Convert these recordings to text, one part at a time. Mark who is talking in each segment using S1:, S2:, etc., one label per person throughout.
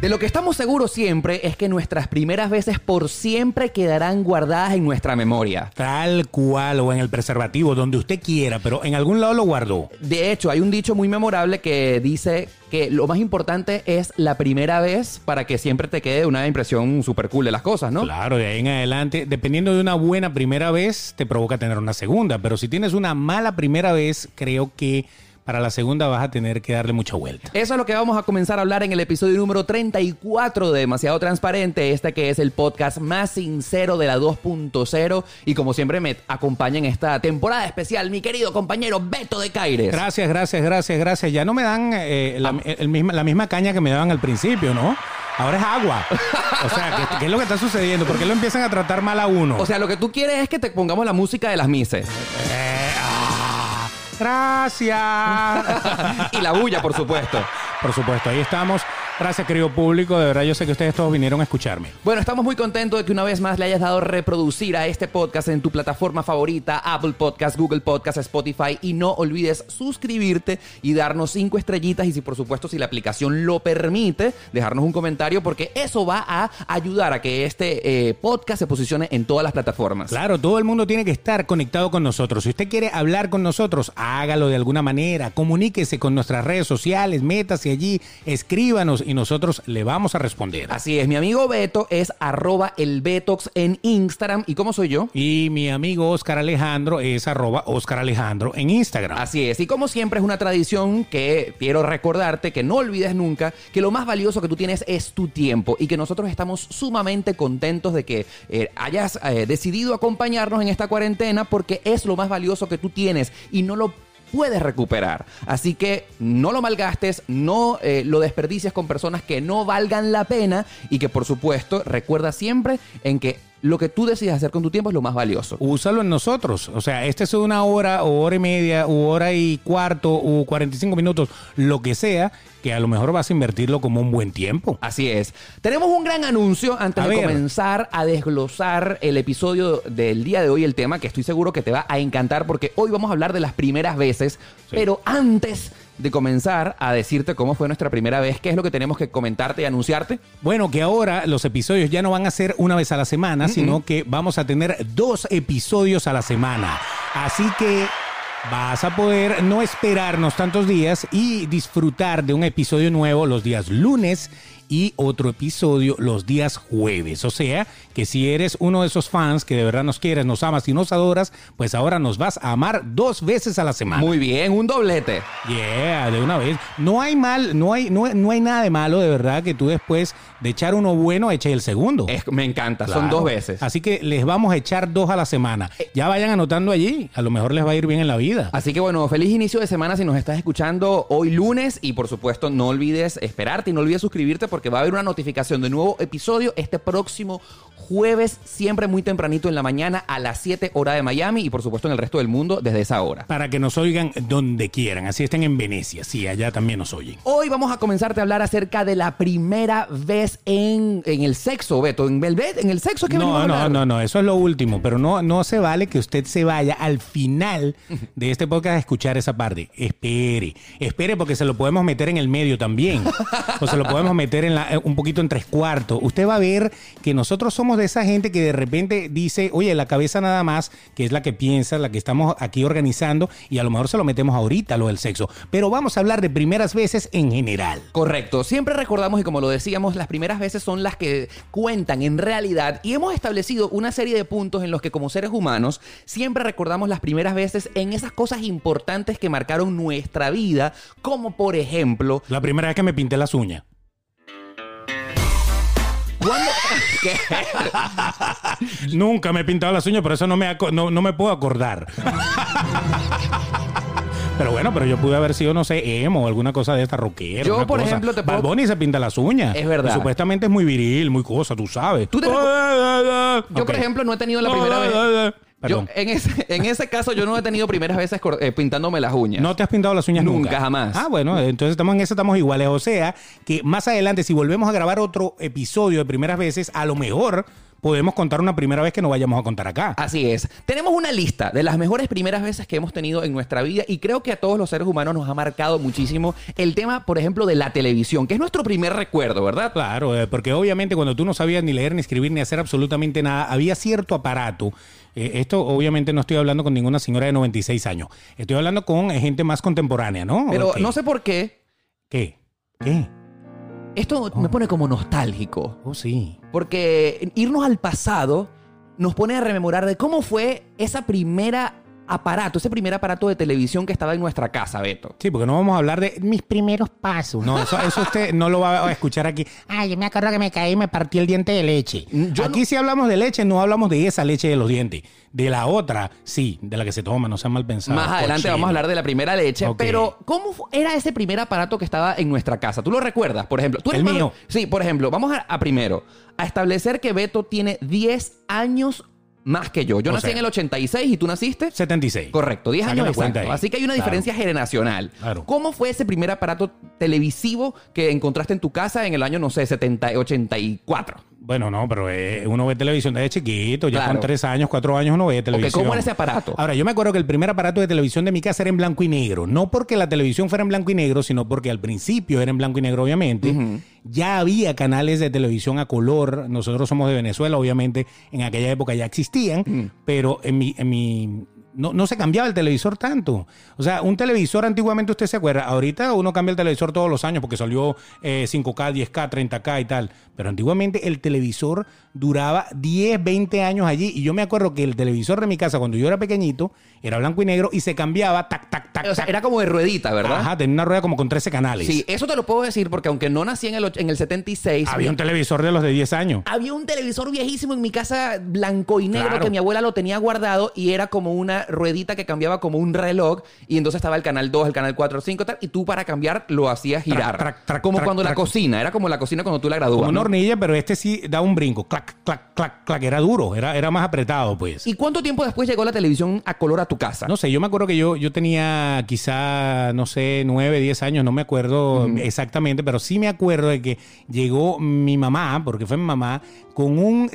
S1: De lo que estamos seguros siempre es que nuestras primeras veces por siempre quedarán guardadas en nuestra memoria.
S2: Tal cual, o en el preservativo, donde usted quiera, pero en algún lado lo guardó.
S1: De hecho, hay un dicho muy memorable que dice que lo más importante es la primera vez para que siempre te quede una impresión súper cool de las cosas, ¿no?
S2: Claro, de ahí en adelante, dependiendo de una buena primera vez, te provoca tener una segunda, pero si tienes una mala primera vez, creo que para la segunda vas a tener que darle mucha vuelta.
S1: Eso es lo que vamos a comenzar a hablar en el episodio número 34 de Demasiado Transparente, este que es el podcast más sincero de la 2.0 y como siempre me acompaña en esta temporada especial mi querido compañero Beto de Caires.
S2: Gracias, gracias, gracias, gracias. Ya no me dan eh, la, el misma, la misma caña que me daban al principio, ¿no? Ahora es agua. O sea, ¿qué, qué es lo que está sucediendo? ¿Por qué lo empiezan a tratar mal a uno?
S1: O sea, lo que tú quieres es que te pongamos la música de las mises.
S2: Eh, ah, gracias.
S1: y la bulla, por supuesto.
S2: Por supuesto, ahí estamos. Gracias, querido público. De verdad, yo sé que ustedes todos vinieron a escucharme.
S1: Bueno, estamos muy contentos de que una vez más le hayas dado reproducir a este podcast en tu plataforma favorita, Apple Podcast, Google Podcast, Spotify. Y no olvides suscribirte y darnos cinco estrellitas. Y si, por supuesto, si la aplicación lo permite, dejarnos un comentario porque eso va a ayudar a que este eh, podcast se posicione en todas las plataformas.
S2: Claro, todo el mundo tiene que estar conectado con nosotros. Si usted quiere hablar con nosotros, hágalo de alguna manera. Comuníquese con nuestras redes sociales, métase allí, escríbanos y nosotros le vamos a responder.
S1: Así es, mi amigo Beto es arroba el Betox en Instagram. ¿Y cómo soy yo?
S2: Y mi amigo Oscar Alejandro es arroba Oscar Alejandro en Instagram.
S1: Así es, y como siempre es una tradición que quiero recordarte que no olvides nunca que lo más valioso que tú tienes es tu tiempo y que nosotros estamos sumamente contentos de que eh, hayas eh, decidido acompañarnos en esta cuarentena porque es lo más valioso que tú tienes y no lo puedes recuperar. Así que no lo malgastes, no eh, lo desperdicies con personas que no valgan la pena y que por supuesto recuerda siempre en que lo que tú decidas hacer con tu tiempo es lo más valioso.
S2: Úsalo en nosotros. O sea, esta es una hora o hora y media o hora y cuarto o 45 minutos, lo que sea, que a lo mejor vas a invertirlo como un buen tiempo.
S1: Así es. Tenemos un gran anuncio antes
S2: A
S1: de
S2: ver.
S1: comenzar a desglosar el episodio del día de hoy, el tema que estoy seguro que te va a encantar porque hoy vamos a hablar de las primeras veces, pero antes de comenzar a decirte cómo fue nuestra primera vez, qué es lo que tenemos que comentarte y anunciarte.
S2: Bueno, que ahora los episodios ya no van a ser una vez a la semana, sino que vamos a tener dos episodios a la semana. Así que vas a poder no esperarnos tantos días y disfrutar de un episodio nuevo los días lunes y otro episodio los días jueves. O sea, que si eres uno de esos fans que de verdad nos quieres, nos amas y nos adoras, pues ahora nos vas a amar dos veces a la semana.
S1: Muy bien, un doblete.
S2: Yeah, de una vez. No hay mal, no hay, no, no hay nada de malo, de verdad, que tú después de echar uno bueno eches el segundo.
S1: Es- me encanta, son
S2: Claro.
S1: dos veces. Eh.
S2: Así que les vamos a echar dos a la semana. Ya vayan anotando allí, a lo mejor les va a ir bien en la vida.
S1: Así que bueno, feliz inicio de semana si nos estás escuchando hoy lunes y por supuesto no olvides esperarte y no olvides suscribirte porque va a haber una notificación de nuevo episodio este próximo jueves, siempre muy tempranito en la mañana a las 7 hora de Miami y por supuesto en el resto del mundo desde esa hora.
S2: Para que nos oigan donde quieran, así estén en Venecia, sí, allá también nos oyen.
S1: Hoy vamos a comenzarte a hablar acerca de la primera vez en, en el sexo, Beto. ¿En el, en el sexo es que venimos
S2: No,
S1: a
S2: no,
S1: hablar?
S2: no, no, eso es lo último, pero no, no se vale que usted se vaya al final de este podcast a escuchar esa parte. Espere, espere porque se lo podemos meter en el medio también, o se lo podemos meter en la- eh, un poquito en tres cuartos. Usted va a ver que nosotros somos de esa gente que de repente dice, oye, la cabeza nada más, que es la que piensa, la que estamos aquí organizando, y a lo mejor se lo metemos ahorita, lo del sexo, pero vamos a hablar de primeras veces en general.
S1: Correcto. Siempre recordamos y como lo decíamos, las primeras veces son las que cuentan en realidad y hemos establecido una serie de puntos en los que como seres humanos siempre recordamos las primeras veces en esas cosas importantes que marcaron nuestra vida, como por ejemplo
S2: La primera vez que me pinté las uñas.
S1: ¿Cuándo? ¿Qué?
S2: Nunca me he pintado las uñas, por eso no me, aco- no, no me puedo acordar. Pero bueno, pero yo pude haber sido, no sé, emo o alguna cosa de esta rockero.
S1: Yo,
S2: una
S1: por
S2: cosa.
S1: ejemplo, te
S2: Bad
S1: puedo-
S2: Bunny se pinta las uñas.
S1: Es verdad.
S2: Y supuestamente es muy viril, muy cosa, tú sabes.
S1: Tú te recu- Yo,
S2: Ok.
S1: por ejemplo, no he tenido la primera vez. Yo,
S2: Perdón.
S1: en, ese, en ese caso, yo no he tenido primeras veces cor- eh, pintándome las uñas.
S2: No te has pintado las uñas nunca.
S1: Nunca, jamás.
S2: Ah, bueno, entonces estamos en eso, estamos iguales. O sea, que más adelante, si volvemos a grabar otro episodio de primeras veces, a lo mejor podemos contar una primera vez que no vayamos a contar acá.
S1: Así es. Tenemos una lista de las mejores primeras veces que hemos tenido en nuestra vida y creo que a todos los seres humanos nos ha marcado muchísimo el tema, por ejemplo, de la televisión, que es nuestro primer recuerdo, ¿verdad?
S2: Claro, eh, porque obviamente cuando tú no sabías ni leer, ni escribir, ni hacer absolutamente nada, había cierto aparato. Eh, esto obviamente no estoy hablando con ninguna señora de 96 años. Estoy hablando con eh, gente más contemporánea, ¿no?
S1: Pero
S2: Ah, Ok.
S1: no sé por qué.
S2: ¿Qué? ¿Qué?
S1: Esto me pone como nostálgico,
S2: Oh, sí.
S1: porque irnos al pasado nos pone a rememorar de cómo fue esa primera aparato, ese primer aparato de televisión que estaba en nuestra casa, Beto.
S2: Sí, porque no vamos a hablar de mis primeros pasos. No, eso, eso usted no lo va a escuchar aquí. Ay, yo me acuerdo que me caí y me partí el diente de leche.
S1: Mm, yo
S2: aquí si hablamos de leche, no hablamos de esa leche de los dientes. De la otra, sí, de la que se toma, no sea mal pensado.
S1: Más adelante
S2: cochino.
S1: vamos a hablar de la primera leche,
S2: Ah, Ok.
S1: pero ¿cómo fu- era ese primer aparato que estaba en nuestra casa? ¿Tú lo recuerdas? Por ejemplo, tú eres
S2: El
S1: más-
S2: mío.
S1: Sí, por ejemplo, vamos a, a primero a establecer que Beto tiene 10 años más que yo. Yo
S2: O
S1: nací
S2: sea,
S1: en el 86 y tú naciste
S2: 76.
S1: Correcto, 10
S2: Sáquenle
S1: años
S2: cuenta
S1: exacto.
S2: ahí.
S1: Así que hay una
S2: Claro.
S1: diferencia generacional.
S2: Claro.
S1: ¿Cómo fue ese primer aparato televisivo que encontraste en tu casa en el año, no sé, 70, 84?
S2: Bueno, no, pero eh, uno ve televisión desde chiquito, ya
S1: Claro.
S2: con tres años, cuatro años uno ve televisión.
S1: ¿cómo era ese aparato?
S2: Ahora, yo me acuerdo que el primer aparato de televisión de mi casa era en blanco y negro. No porque la televisión fuera en blanco y negro, sino porque al principio era en blanco y negro, obviamente. Ya había canales de televisión a color. Nosotros somos de Venezuela, obviamente, en aquella época ya existían,
S1: Mm.
S2: pero en mi... En mi no, no se cambiaba el televisor tanto. O sea, un televisor antiguamente usted se acuerda. Ahorita uno cambia el televisor todos los años porque salió eh, 5K, 10K, 30K y tal. Pero antiguamente el televisor duraba 10, 20 años allí. Y yo me acuerdo que el televisor de mi casa cuando yo era pequeñito era blanco y negro y se cambiaba tac, tac, tac,
S1: O sea,
S2: tac.
S1: era como de ruedita, ¿verdad?
S2: Ajá, tenía una rueda como con 13 canales.
S1: Sí, eso te lo puedo decir porque aunque no nací en el, och- en el 76,
S2: Había un televisor de los de 10 años.
S1: había un televisor viejísimo en mi casa blanco y negro
S2: Claro.
S1: que mi abuela lo tenía guardado y era como una ruedita que cambiaba como un reloj y entonces estaba el canal 2, el canal 4, 5 tal, y tú para cambiar lo hacías girar.
S2: trac, trac,
S1: como
S2: trac,
S1: cuando la
S2: trac.
S1: cocina, era como la cocina cuando tú la
S2: Como
S1: gradúas.
S2: una
S1: ¿no?
S2: hornilla, pero este sí da un brinco. Clac, clac, clac, clac. Era duro, era, era más apretado, pues.
S1: ¿Y cuánto tiempo después llegó la televisión a color a tu casa?
S2: No sé, yo me acuerdo que yo, yo tenía quizá, no sé, nueve, diez años, no me acuerdo exactamente, pero sí me acuerdo de que llegó mi mamá, porque fue mi mamá, con un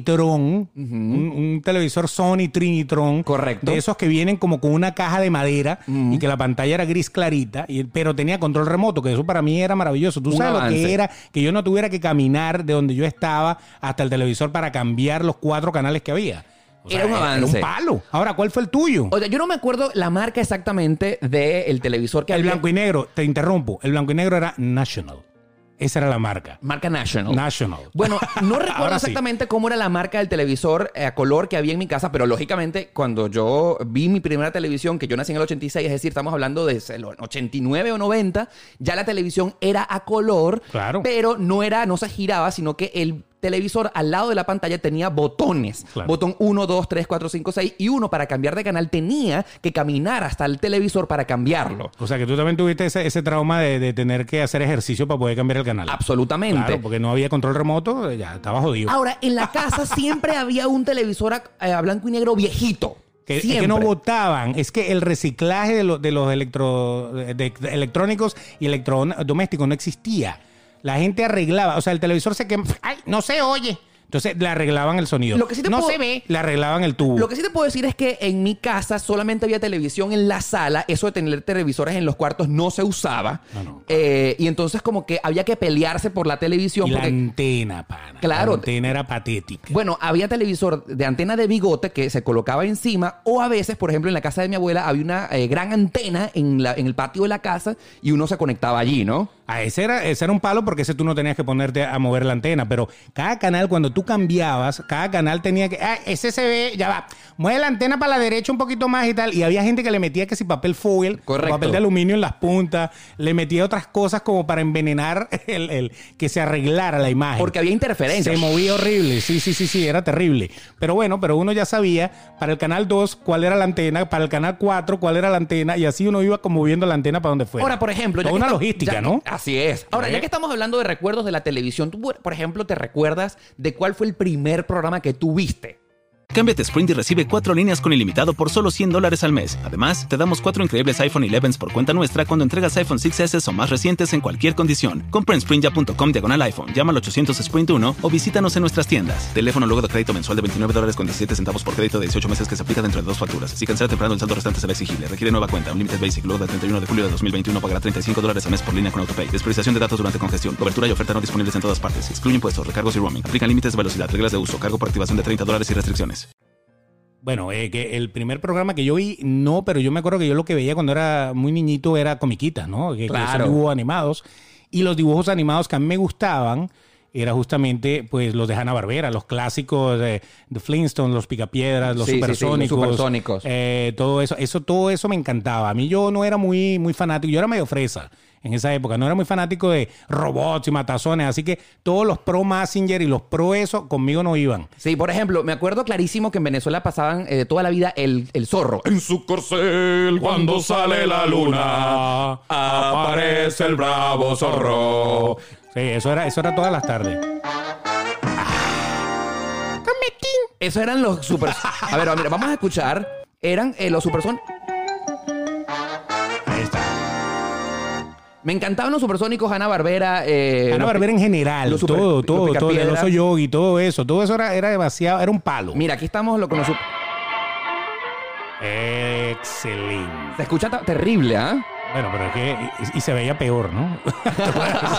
S2: Trinitron, un, un televisor Sony Trinitron.
S1: Correcto.
S2: De esos que vienen como con una caja de madera y que la pantalla era gris clarita, y- pero tenía control remoto, que eso para mí era maravilloso. Tú
S1: Un
S2: sabes lo
S1: avance.
S2: que era, que yo no tuviera que caminar de donde yo estaba hasta el televisor para cambiar los cuatro canales que había.
S1: Era un avance.
S2: Era un palo. Ahora, ¿cuál fue el tuyo?
S1: O sea, yo no me acuerdo la marca exactamente del televisor que
S2: El
S1: había.
S2: blanco y negro, te interrumpo, el blanco y negro era National. Esa era la marca.
S1: Marca National.
S2: National.
S1: Bueno, no recuerdo
S2: Ahora sí.
S1: exactamente cómo era la marca del televisor eh, a color que había en mi casa, pero lógicamente cuando yo vi mi primera televisión, que yo nací en el 86, es decir, estamos hablando de el 89 o 90, ya la televisión era a color,
S2: Claro.
S1: pero no era, no se giraba, sino que el televisor al lado de la pantalla tenía botones.
S2: Claro.
S1: Botón 1, 2, 3, 4, 5, 6 y uno para cambiar de canal tenía que caminar hasta el televisor para cambiarlo.
S2: O sea que tú también tuviste ese, ese trauma de, de tener que hacer ejercicio para poder cambiar el canal.
S1: Absolutamente.
S2: Claro, porque no había control remoto, ya estaba jodido.
S1: Ahora, en la casa siempre había un televisor a, eh, a blanco y negro viejito.
S2: Que, es
S1: siempre.
S2: que no votaban, es que el reciclaje de, los- de los electro, de- de electrónicos y electrodomésticos no existía. La gente arreglaba, o sea, el televisor se quemaba, ¡ay, no se oye! Entonces le arreglaban el sonido.
S1: Lo que sí te
S2: no
S1: puedo-
S2: se ve, le arreglaban el tubo.
S1: Lo que sí te puedo decir es que en mi casa solamente había televisión en la sala. Eso de tener televisores en los cuartos no se usaba.
S2: No, no.
S1: Eh, y entonces como que había que pelearse por la televisión.
S2: Y la
S1: porque,
S2: antena, pana.
S1: Claro.
S2: La antena era patética.
S1: Bueno, había televisor de antena de bigote que se colocaba encima o a veces, por ejemplo, en la casa de mi abuela había una eh, gran antena en, la- en el patio de la casa y uno se conectaba allí, ¿no?
S2: Ah, ese, era, ese era un palo porque ese tú no tenías que ponerte a mover la antena, pero cada canal, cuando tú cambiabas, cada canal tenía que. Ah, ese se ve, ya va. Mueve la antena para la derecha un poquito más y tal. Y había gente que le metía que si papel foil,
S1: Correcto.
S2: papel de aluminio en las puntas, le metía otras cosas como para envenenar el, el- que se arreglara la imagen.
S1: Porque había interferencia.
S2: Se movía horrible, sí, sí, sí, sí, era terrible. Pero bueno, pero uno ya sabía para el canal 2 cuál era la antena, para el canal 4 cuál era la antena, y así uno iba como moviendo la antena para donde fuera.
S1: Ahora, por ejemplo, ya
S2: Toda
S1: que
S2: una
S1: estamos-
S2: logística,
S1: ya-
S2: ¿no?
S1: Así es. Ahora, ya que estamos hablando de recuerdos de la televisión, tú, por ejemplo, ¿te recuerdas de cuál fue el primer programa que tú viste?
S3: Cámbiate a Sprint y recibe cuatro líneas con ilimitado por solo 100 dólares al mes. Además, te damos cuatro increíbles iPhone 11s por cuenta nuestra cuando entregas iPhone 6s o más recientes en cualquier condición. Compra en sprintya.com diagonal iPhone, llama al 800 Sprint 1 o visítanos en nuestras tiendas. Teléfono luego de crédito mensual de 29 dólares con 17 centavos por crédito de 18 meses que se aplica dentro de dos facturas. Si cancela temprano, el saldo restante será exigible. Requiere nueva cuenta. Un límite basic luego del 31 de julio de 2021 pagará 35 dólares al mes por línea con autopay. Despreciación de datos durante congestión. Cobertura y oferta no disponibles en todas partes. Excluye impuestos, recargos y roaming. Aplican límites de velocidad, reglas de uso, cargo por activación de 30 dólares y restricciones.
S2: Bueno, eh, que el primer programa que yo vi, no, pero yo me acuerdo que yo lo que veía cuando era muy niñito era comiquitas, ¿no? Que, que son
S1: Claro.
S2: dibujos animados. Y los dibujos animados que a mí me gustaban era justamente pues los de Hanna Barbera, los clásicos de The Flintstones, los Picapiedras, los
S1: Sí, sí, sí, los
S2: supersónicos,
S1: supersónicos.
S2: eh, todo eso, eso, todo eso me encantaba. A mí yo no era muy, muy fanático, yo era medio fresa en esa época, no era muy fanático de robots y matazones, así que todos los pro Massinger y los pro eso conmigo no iban.
S1: Sí, por ejemplo, me acuerdo clarísimo que en Venezuela pasaban eh, toda la vida el, el zorro. En su corcel,
S2: Cuando sale la luna, aparece el bravo zorro. Sí, eso era, eso era todas las tardes.
S1: Esos eran los super. A ver, mira, vamos a escuchar. Eran eh, los supersónicos.
S2: Ahí está.
S1: Me encantaban los supersónicos, Ana Barbera. Eh,
S2: Ana
S1: los-
S2: Barbera en general,
S1: los super-
S2: todo,
S1: los
S2: todo, todo, el
S1: picapiedra.
S2: oso yogi, todo eso, todo eso era, era demasiado, era un palo.
S1: Mira, aquí estamos lo, con los. sup-
S2: Excelente.
S1: Se escucha ta- terrible, ¿ah?
S2: Bueno, pero es que, y, y se veía peor, ¿no?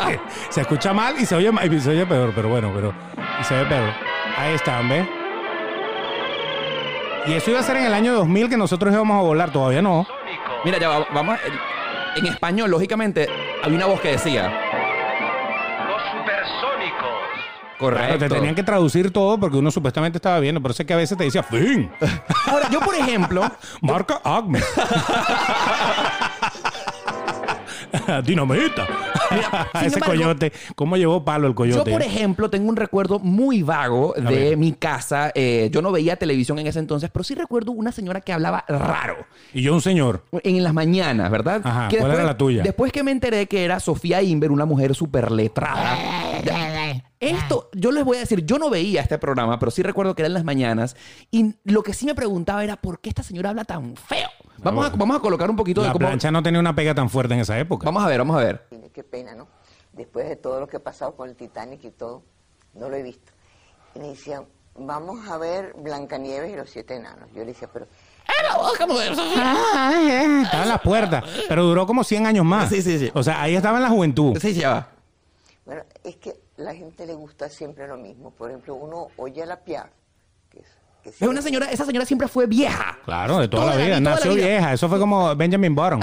S2: se, se escucha mal y se oye mal, y se oye peor, pero bueno, pero y se ve peor. Ahí están, ¿ves? Y eso iba a ser en el año 2000 que nosotros íbamos a volar, todavía no.
S1: Mira, ya va- vamos. a- En español, lógicamente, había una voz que decía.
S4: Los supersónicos.
S1: Correcto.
S2: Claro, te tenían que traducir todo porque uno supuestamente estaba viendo, por eso es que a veces te decía, fin,
S1: Ahora, yo, por ejemplo,
S2: marca Acme. Dinamita.
S1: Mira, sin
S2: Ese
S1: embargo,
S2: coyote, ¿cómo llevó palo el
S1: yo,
S2: coyote?
S1: por ejemplo, tengo un recuerdo muy vago de
S2: ver.
S1: mi casa. Eh, yo no veía televisión en ese entonces, pero sí recuerdo una señora que hablaba raro.
S2: y yo un señor.
S1: En las mañanas, ¿verdad?
S2: Ajá, ¿cuál era la tuya?
S1: Después que me enteré que era Sofía Inver, una mujer súper letrada. ya- Esto, yo les voy a decir, yo no veía este programa, pero sí recuerdo que era en las mañanas. Y lo que sí me preguntaba era, ¿por qué esta señora habla tan feo? Vamos a, vamos a colocar un poquito de
S2: Ah, La
S1: cómo...
S2: plancha no tenía una pega tan fuerte en esa época.
S1: Vamos a ver, vamos a ver.
S5: Mire, qué pena, ¿no? Después de todo lo que ha pasado con el Titanic y todo, no lo he visto. Y me decían, vamos a ver Blancanieves y los siete enanos. Yo le decía, pero
S2: Eh, Estaba en las puertas, pero duró como 100 años más.
S1: Sí, sí, sí.
S2: O sea, ahí estaba en la juventud.
S1: Sí, ya va.
S5: bueno, es que la gente le gusta siempre lo mismo. Por ejemplo, uno oye a la Piaf, que es... que
S1: Es una señora, esa señora siempre fue vieja.
S2: Claro, de toda,
S1: Toda
S2: la
S1: la-
S2: vida.
S1: toda la
S2: Nació
S1: vida.
S2: vieja. Eso fue como Benjamin Button.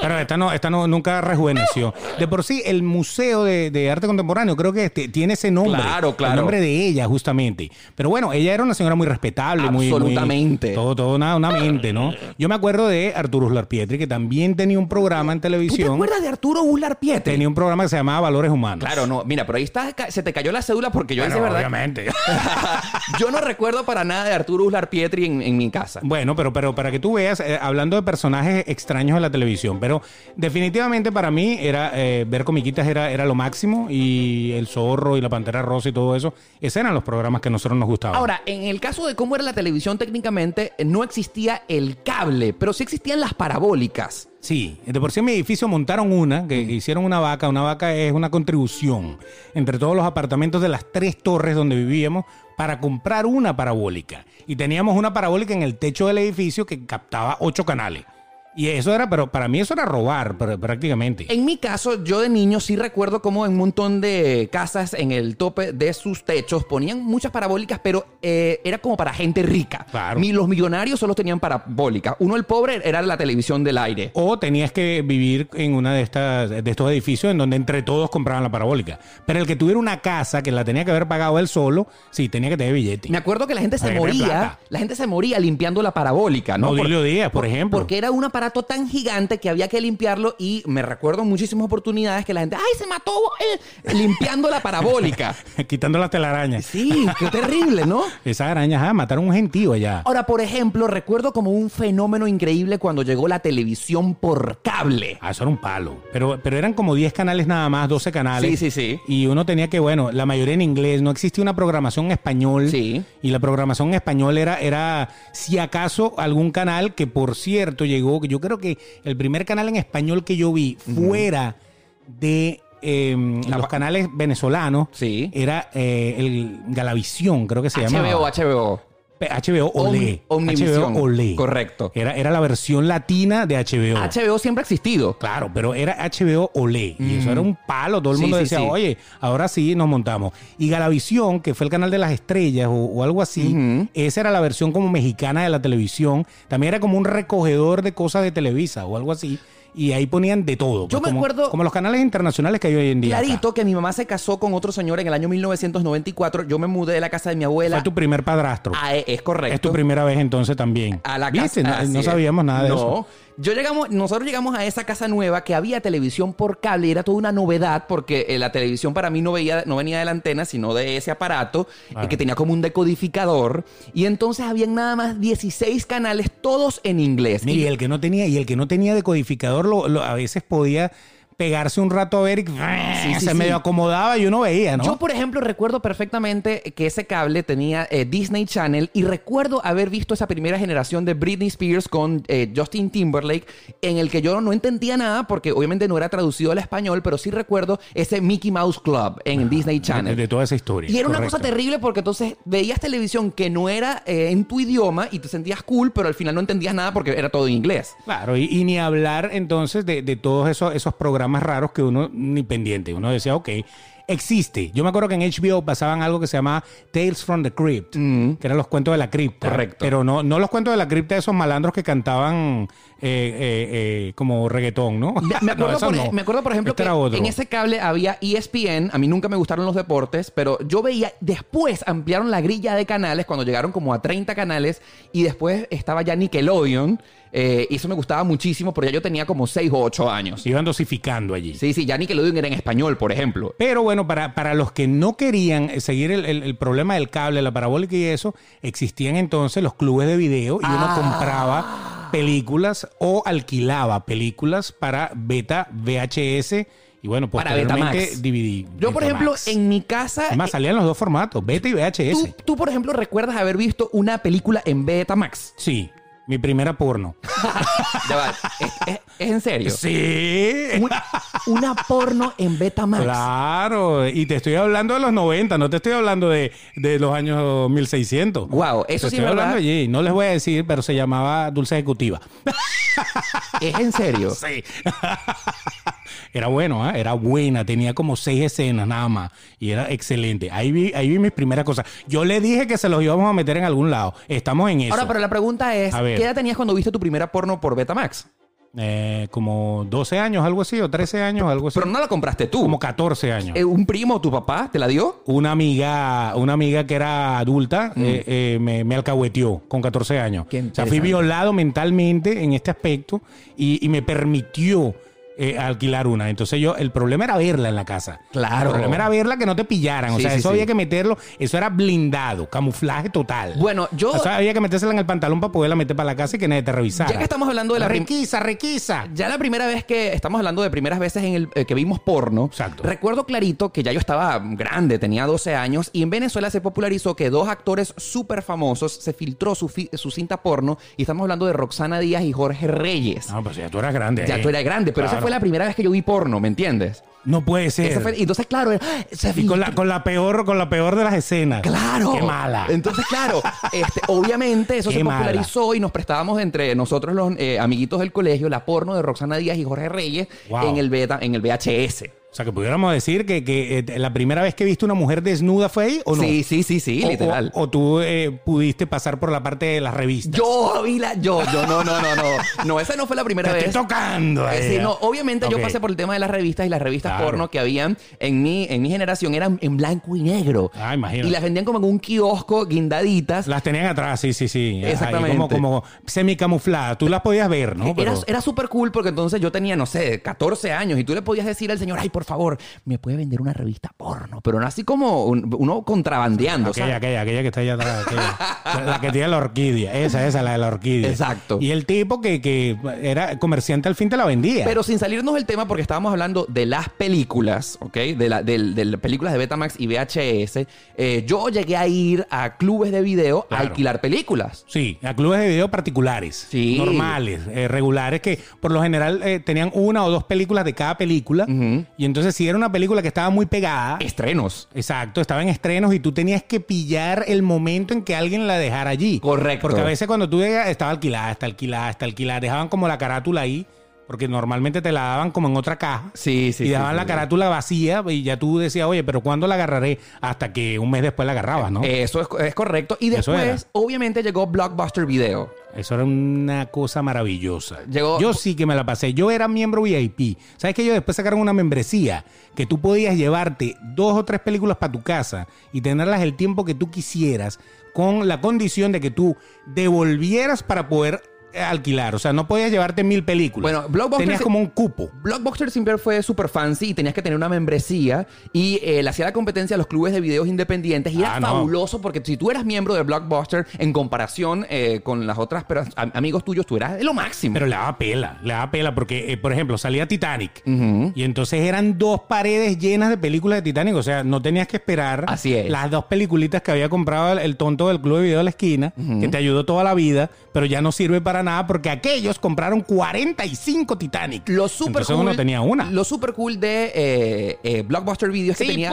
S2: Pero esta no, esta no nunca rejuveneció. De por sí, el Museo de, de Arte Contemporáneo creo que este, tiene ese nombre.
S1: Claro, claro.
S2: El nombre de ella, justamente. Pero bueno, ella era una señora muy respetable, muy. muy-
S1: Absolutamente.
S2: todo, todo, una, una mente, ¿no? Yo me acuerdo de Arturo Larpietri, que también tenía un programa en
S1: ¿Tú te
S2: televisión.
S1: acuerdas de Arturo Uslar Pietri?
S2: Tenía un programa que se llamaba Valores Humanos.
S1: Claro, no. Mira, pero ahí está, ca- se te cayó la cédula porque yo
S2: Bueno,
S1: hice verdad.
S2: obviamente.
S1: yo no recuerdo para nada de Arturo Uslar Pietri en, en mi casa.
S2: Bueno, pero, pero para que tú veas, eh, hablando de personajes extraños de la televisión, pero definitivamente para mí era eh, ver comiquitas era, era lo máximo y El Zorro y La Pantera Rosa y todo eso, esos eran los programas que a nosotros nos gustaban.
S1: Ahora, en el caso de cómo era la televisión técnicamente, no existía el cable, pero sí existían las parabólicas.
S2: Sí, de por sí en mi edificio montaron una, que hicieron una vaca. Una vaca es una contribución entre todos los apartamentos de las tres torres donde vivíamos para comprar una parabólica. Y teníamos una parabólica en el techo del edificio que captaba ocho canales. Y eso era, pero para mí eso era robar pr- prácticamente.
S1: En mi caso, yo de niño sí recuerdo cómo en un montón de casas en el tope de sus techos ponían muchas parabólicas, pero eh, era como para gente rica.
S2: Claro.
S1: Ni los millonarios solo tenían parabólicas. Uno, el pobre, era la televisión del aire.
S2: O tenías que vivir en una de estas de estos edificios en donde entre todos compraban la parabólica. Pero el que tuviera una casa que la tenía que haber pagado él solo, sí, tenía que tener billete.
S1: Me acuerdo que la gente se
S2: Para que
S1: moría,
S2: tenga plata.
S1: la gente se moría limpiando la parabólica, ¿no?
S2: Odilio Díaz, por ejemplo.
S1: Porque era un aparato tan gigante que había que limpiarlo y me recuerdo en muchísimas oportunidades que la gente, ¡ay, se mató! eh", limpiando la parabólica.
S2: Quitando las telarañas.
S1: Sí, qué terrible, ¿no?
S2: Esas arañas, ah, mataron un gentío allá.
S1: Ahora, por ejemplo, recuerdo como un fenómeno increíble cuando llegó la televisión por cable.
S2: Ah, eso era un palo. Pero, pero eran como 10 canales nada más, 12 canales.
S1: Sí, sí, sí.
S2: Y uno tenía que, bueno, la mayoría en inglés, no existía una programación en español.
S1: Sí.
S2: Y la programación en español era, era, si acaso, algún canal que, por cierto, llegó, yo creo que el primer canal en español que yo vi fuera de... eh, los canales venezolanos
S1: Sí.
S2: era eh, el Galavisión, creo que se
S1: HBO,
S2: llamaba.
S1: HBO.
S2: HBO Olé.
S1: Om- Omnivisión.
S2: HBO Olé.
S1: Correcto.
S2: Era, era la versión latina de HBO.
S1: HBO siempre ha existido.
S2: Claro, pero era HBO Olé. Y eso era un palo. Todo el
S1: Mm. Sí,
S2: mundo
S1: sí,
S2: decía,
S1: sí.
S2: oye, ahora sí nos montamos. Y Galavisión, que fue el canal de las estrellas o, o algo así, esa era la versión como mexicana de la televisión. También era como un recogedor de cosas de Televisa o algo así. Y ahí ponían de todo.
S1: Yo
S2: pues,
S1: me
S2: como,
S1: acuerdo-
S2: Como los canales internacionales que hay hoy en día. acá.
S1: Clarito que mi mamá se casó con otro señor en el año 1994. Yo me mudé de la casa de mi abuela.
S2: Fue tu primer padrastro.
S1: Ah, eh, es correcto.
S2: Es tu primera vez entonces también.
S1: a la
S2: ¿Viste?
S1: casa.
S2: No-
S1: así
S2: No,
S1: es.
S2: sabíamos nada de
S1: No.
S2: eso.
S1: Yo llegamos, nosotros llegamos a esa casa nueva que había televisión por cable y era toda una novedad porque eh, la televisión para mí no, veía, no venía de la antena, sino de ese aparato eh,
S2: Claro.
S1: que tenía como un decodificador. Y entonces habían nada más 16 canales, todos en inglés.
S2: Mira, y
S1: Y-
S2: el que no tenía, y el que no tenía decodificador, lo, lo- a veces podía pegarse un rato a ver y se
S1: sí, sí.
S2: medio acomodaba y uno veía, ¿no?
S1: Yo, por ejemplo, recuerdo perfectamente que ese cable tenía eh, Disney Channel y recuerdo haber visto esa primera generación de Britney Spears con eh, Justin Timberlake, en el que yo no entendía nada porque obviamente no era traducido al español, pero sí recuerdo ese Mickey Mouse Club en Disney
S2: Ah, de,
S1: Channel.
S2: de toda esa historia.
S1: Y era una
S2: correcto.
S1: cosa terrible porque entonces veías televisión que no era eh, en tu idioma y te sentías cool, pero al final no entendías nada porque era todo en inglés.
S2: Claro, y, y ni hablar entonces de, de todos esos, esos programas raros que uno ni pendiente. Uno decía, ok, existe. Yo me acuerdo que en HBO pasaban algo que se llamaba Tales from the Crypt, que eran los cuentos de la cripta.
S1: Mm. Correcto.
S2: Pero no, no los cuentos de la cripta de esos malandros que cantaban eh, eh, eh, como reggaetón, ¿no?
S1: Me- Me
S2: No,
S1: acuerdo,
S2: eso
S1: por, e,
S2: no.
S1: me acuerdo, por ejemplo,
S2: Este
S1: que
S2: era otro.
S1: en ese cable había E ESPN. A mí nunca me gustaron los deportes, pero yo veía. Después ampliaron la grilla de canales cuando llegaron como a 30 canales. Y después estaba ya Nickelodeon. eh, y eso me gustaba muchísimo, porque ya yo tenía como 6 o 8 años.
S2: Se iban dosificando allí.
S1: Sí, sí, ya Nickelodeon era en español, por ejemplo.
S2: Pero bueno, para, para los que no querían eh, seguir el, el- el problema del cable, la parabólica y eso, existían entonces los clubes de video y
S1: Ah.
S2: uno compraba películas o alquilaba películas para beta VHS y bueno,
S1: Para
S2: posteriormente
S1: Betamax.
S2: DVD.
S1: Yo, por ejemplo,
S2: Betamax.
S1: en mi casa. eh,
S2: Es más, salían los dos formatos, beta y VHS.
S1: tú, tú, por ejemplo, recuerdas haber visto una película en Betamax.
S2: Sí, mi primera porno.
S1: Ya va, es, es- es en serio.
S2: Sí.
S1: Un- una porno en Betamax.
S2: Claro, y te estoy hablando de los 90, no te estoy hablando de, de los años 1600.
S1: Guau,
S2: Te
S1: eso sí
S2: estoy
S1: es
S2: hablando
S1: verdad.
S2: allí, no les voy a decir, pero se llamaba Dulce Ejecutiva.
S1: Es en serio.
S2: Sí. era bueno, ¿ah? era buena, tenía como seis escenas nada más y era excelente. Ahí vi, ahí vi mis primeras cosas. Yo le dije que se los íbamos a meter en algún lado. Estamos en eso.
S1: Ahora, pero la pregunta es,
S2: A ver.
S1: ¿qué edad tenías cuando viste tu primera porno por Betamax?
S2: Eh, como 12 años, algo así, o 13 años, algo así.
S1: Pero no la compraste tú.
S2: Como 14 años.
S1: Eh, ¿Un primo o tu papá te la dio?
S2: una amiga, una amiga que era adulta eh, eh, me, me alcahueteó con 14 años.
S1: Mm. Qué
S2: o sea, fui
S1: interesante.
S2: violado mentalmente en este aspecto y, y me permitió eh, alquilar una. Entonces yo, el problema era verla en la casa.
S1: Claro.
S2: El problema era verla que no te pillaran. o
S1: Sí,
S2: sea,
S1: sí,
S2: eso
S1: sí.
S2: había que meterlo, eso era blindado, camuflaje total.
S1: Bueno, yo-
S2: O sea, había que metérsela en el pantalón para poderla meter para la casa y que nadie te revisara.
S1: Ya que estamos hablando de la prim-
S2: requisa, requisa.
S1: Ya la primera vez que estamos hablando de primeras veces en el eh, que vimos porno,
S2: Exacto.
S1: recuerdo clarito que ya yo estaba grande, tenía 12 años, y en Venezuela se popularizó que dos actores súper famosos se filtró su, fi- su cinta porno, y estamos hablando de Roxana Díaz y Jorge Reyes.
S2: No, pues ya tú eras grande.
S1: Ya
S2: eh.
S1: tú eras grande, pero ese fue
S2: Claro.
S1: la primera vez que yo vi porno, ¿me entiendes?
S2: No puede ser.
S1: Esa fue- y entonces, claro, era- ¡ah! se
S2: Y con la,
S1: filtró.
S2: con la peor, con la peor de las escenas.
S1: Claro.
S2: Qué mala.
S1: Entonces, claro, este, obviamente eso
S2: Qué
S1: se
S2: mala.
S1: popularizó y nos prestábamos entre nosotros los eh, amiguitos del colegio la porno de Roxana Díaz y Jorge Reyes
S2: Wow.
S1: en, el beta, en el VHS.
S2: O sea, que pudiéramos decir que, que, eh, la primera vez que viste una mujer desnuda fue ahí o no.
S1: Sí, sí, sí, sí,
S2: O-
S1: literal.
S2: O, o tú eh, pudiste pasar por la parte de las revistas.
S1: yo vi la, yo, yo, no, no, no, no. No, esa no fue la primera
S2: Te
S1: vez.
S2: estoy tocando.
S1: Eh,
S2: ahí.
S1: sí, no, obviamente
S2: Ok.
S1: yo pasé por el tema de las revistas y las revistas
S2: Claro.
S1: porno que habían en mi, en mi generación eran en blanco y negro.
S2: Ah, imagínate.
S1: Y las vendían como en un kiosco guindaditas.
S2: Las tenían atrás, sí, sí, sí. Ahí
S1: Exactamente.
S2: como, como semicamuflada. Tú las podías ver, ¿no?
S1: E-, Era,
S2: Pero-
S1: era súper cool porque entonces yo tenía, no sé, 14 años y tú le podías decir al señor, ay, por favor, me puede vender una revista porno, pero no así como un- uno contrabandeando.
S2: Aquella,
S1: ¿sabes?
S2: aquella, aquella que está allá atrás. aquella. la que tiene la orquídea. Esa, esa, la de la orquídea.
S1: Exacto.
S2: Y el tipo que, que era comerciante al fin te la vendía.
S1: Pero sin salirnos del tema, porque estábamos hablando de las películas, ¿ok? De, la, del- de las películas de Betamax y VHS. eh, yo llegué a ir a clubes de video
S2: Claro.
S1: a alquilar películas.
S2: Sí, a clubes de video particulares,
S1: Sí.
S2: normales, eh, regulares, que por lo general eh, tenían una o dos películas de cada película. Y entonces si era una película que estaba muy pegada,
S1: Estrenos.
S2: exacto, estaba en estrenos y tú tenías que pillar el momento en que alguien la dejara allí.
S1: Correcto.
S2: Porque a veces cuando tú llegas estaba alquilada, está alquilada, está alquilada, dejaban como la carátula ahí, porque normalmente te la daban como en otra caja.
S1: Sí, sí.
S2: y
S1: sí,
S2: daban
S1: sí,
S2: la
S1: sí.
S2: carátula vacía y ya tú decías, oye, pero ¿cuándo la agarraré? Hasta que un mes después la agarrabas, ¿no?
S1: Eso es, es correcto. Y
S2: Eso era.
S1: después, obviamente, llegó Blockbuster Video.
S2: Eso era una cosa maravillosa.
S1: Llegó-
S2: yo sí que me la pasé. Yo era miembro VIP. ¿Sabes que ellos después sacaron una membresía que tú podías llevarte dos o tres películas para tu casa y tenerlas el tiempo que tú quisieras con la condición de que tú devolvieras para poder eh, alquilar? O sea, no podías llevarte mil películas.
S1: Bueno, Blockbuster
S2: Tenías
S1: se-
S2: como un cupo.
S1: Blockbuster siempre fue super fancy y tenías que tener una membresía y eh, le hacía la competencia a los clubes de videos independientes y
S2: Ah,
S1: era
S2: no.
S1: fabuloso porque si tú eras miembro de Blockbuster en comparación eh, con las otras pero, am- amigos tuyos, tú eras lo máximo.
S2: Pero le daba pela, le daba pela, porque, eh, por ejemplo, salía Titanic y entonces eran dos paredes llenas de películas de Titanic. O sea, no tenías que esperar
S1: Así es.
S2: las dos peliculitas que había comprado el, el tonto del club de video de la esquina, que te ayudó toda la vida, pero ya no sirve para nada porque aquellos compraron 45 Titanic.
S1: lo super
S2: entonces
S1: cool,
S2: uno tenía una.
S1: Lo super cool de eh, eh, Blockbuster Video es que tenía,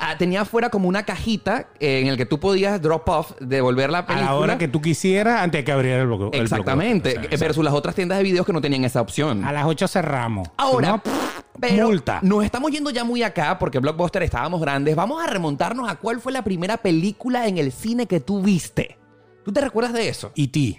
S1: ah, tenía afuera como una cajita eh, en el que tú podías drop off, devolver la
S2: a
S1: película.
S2: la hora que tú quisieras antes de que abriera el bloque. el bloque.
S1: Exactamente.
S2: O sea,
S1: eh, versus las otras tiendas de videos que no tenían esa opción.
S2: a las 8 cerramos.
S1: Ahora,
S2: No, pff,
S1: pero
S2: multa.
S1: nos estamos yendo ya muy acá porque Blockbuster estábamos grandes. Vamos a remontarnos a cuál fue la primera película en el cine que tú viste. ¿Tú te recuerdas de eso?
S2: Y ti.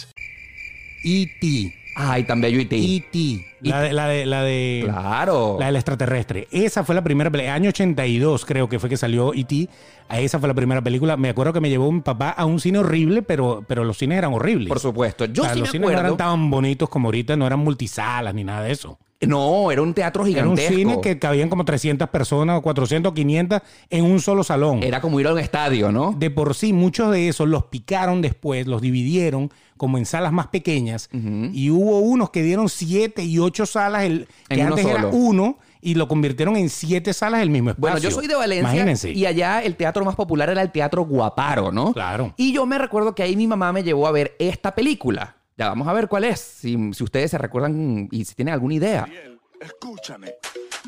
S2: Y ti.
S1: Ay, tan bello y ti.
S2: E.T. La de, la de, la de.
S1: Claro.
S2: La del extraterrestre. Esa fue la primera película. Año 82 creo que fue que salió E.T. A Esa fue la primera película. Me acuerdo que me llevó mi papá a un cine horrible, pero, pero los cines eran horribles.
S1: Por supuesto. Yo
S2: O sea,
S1: sí
S2: los
S1: me
S2: cines no eran
S1: acuerdo.
S2: tan bonitos como ahorita, no eran multisalas ni nada de eso.
S1: No, era un teatro
S2: Era un
S1: gigantesco.
S2: cine que cabían como 300 personas, o 400, 500 en un solo salón.
S1: Era como ir a un estadio, ¿no?
S2: De por sí, muchos de esos los picaron después, los dividieron como en salas más pequeñas. Y hubo unos que dieron siete y ocho salas, el,
S1: En
S2: que
S1: uno
S2: antes era
S1: solo.
S2: uno, y lo convirtieron en siete salas el mismo espacio.
S1: Bueno, yo soy de Valencia
S2: Imagínense.
S1: y allá el teatro más popular era el Teatro Guaparo, ¿no?
S2: Claro.
S1: Y yo me recuerdo que ahí mi mamá me llevó a ver esta película. Ya vamos a ver cuál es, si, si ustedes se recuerdan y si tienen alguna idea.
S6: Gabriel, escúchame.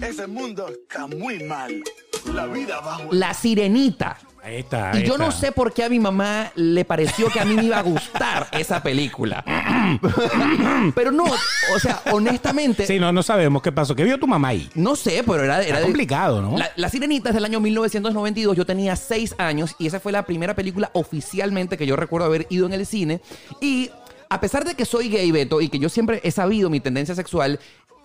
S6: Ese mundo está muy mal. La vida bajo el
S1: La Sirenita.
S2: Ahí está.
S1: Y
S2: ahí
S1: yo no
S2: está.
S1: sé por qué a mi mamá le pareció que a mí me iba a gustar esa película. pero no, o sea, honestamente,
S2: Sí, no, no sabemos qué pasó. ¿Qué vio tu mamá ahí?
S1: no sé, pero era, era
S2: Está complicado, ¿no?
S1: La, La Sirenita es del año 1992, yo tenía 6 años y esa fue la primera película oficialmente que yo recuerdo haber ido en el cine. Y a pesar de que soy gay, Beto, y que yo siempre he sabido mi tendencia sexual,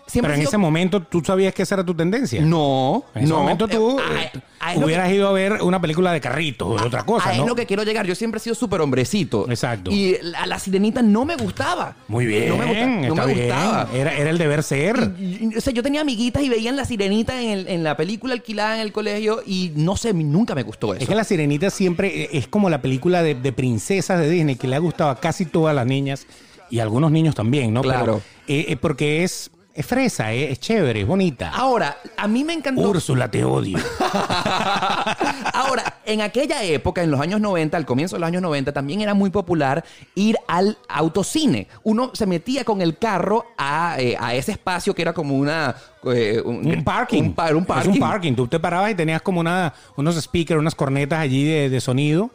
S1: siempre
S2: Pero
S1: he
S2: en
S1: sido-
S2: ese momento tú sabías que esa era tu tendencia.
S1: No,
S2: En ese
S1: no.
S2: momento tú
S1: Eh, ah, eh, ah, es lo
S2: hubieras
S1: que-
S2: ido a ver una película de carritos o de otra cosa,
S1: ah,
S2: ¿no?
S1: Es lo que quiero llegar. Yo siempre he sido súper hombrecito.
S2: Exacto.
S1: Y a la sirenita no me gustaba.
S2: Muy bien,
S1: No me, gusta- no
S2: está
S1: me
S2: bien.
S1: gustaba.
S2: Era, era el deber ser.
S1: Y- y- O sea, yo tenía amiguitas y veían la sirenita en, el- en la película alquilada en el colegio y no sé, nunca me gustó eso.
S2: Es que La Sirenita siempre eh, es como la película de, de princesas de Disney que le ha gustado a casi todas las niñas y a algunos niños también, ¿no?
S1: Claro.
S2: Pero, eh, eh, porque es, es fresa, eh, es chévere, es bonita.
S1: Ahora, a mí me encantó.
S2: Úrsula, te odio.
S1: Ahora, en aquella época, en los años 90, al comienzo de los años 90, también era muy popular ir al autocine. Uno se metía con el carro a, eh, a ese espacio que era como una... eh,
S2: Un parking.
S1: Un, par- un parking.
S2: Es un parking. Tú te parabas y tenías como una, unos speakers, unas cornetas allí de, de sonido.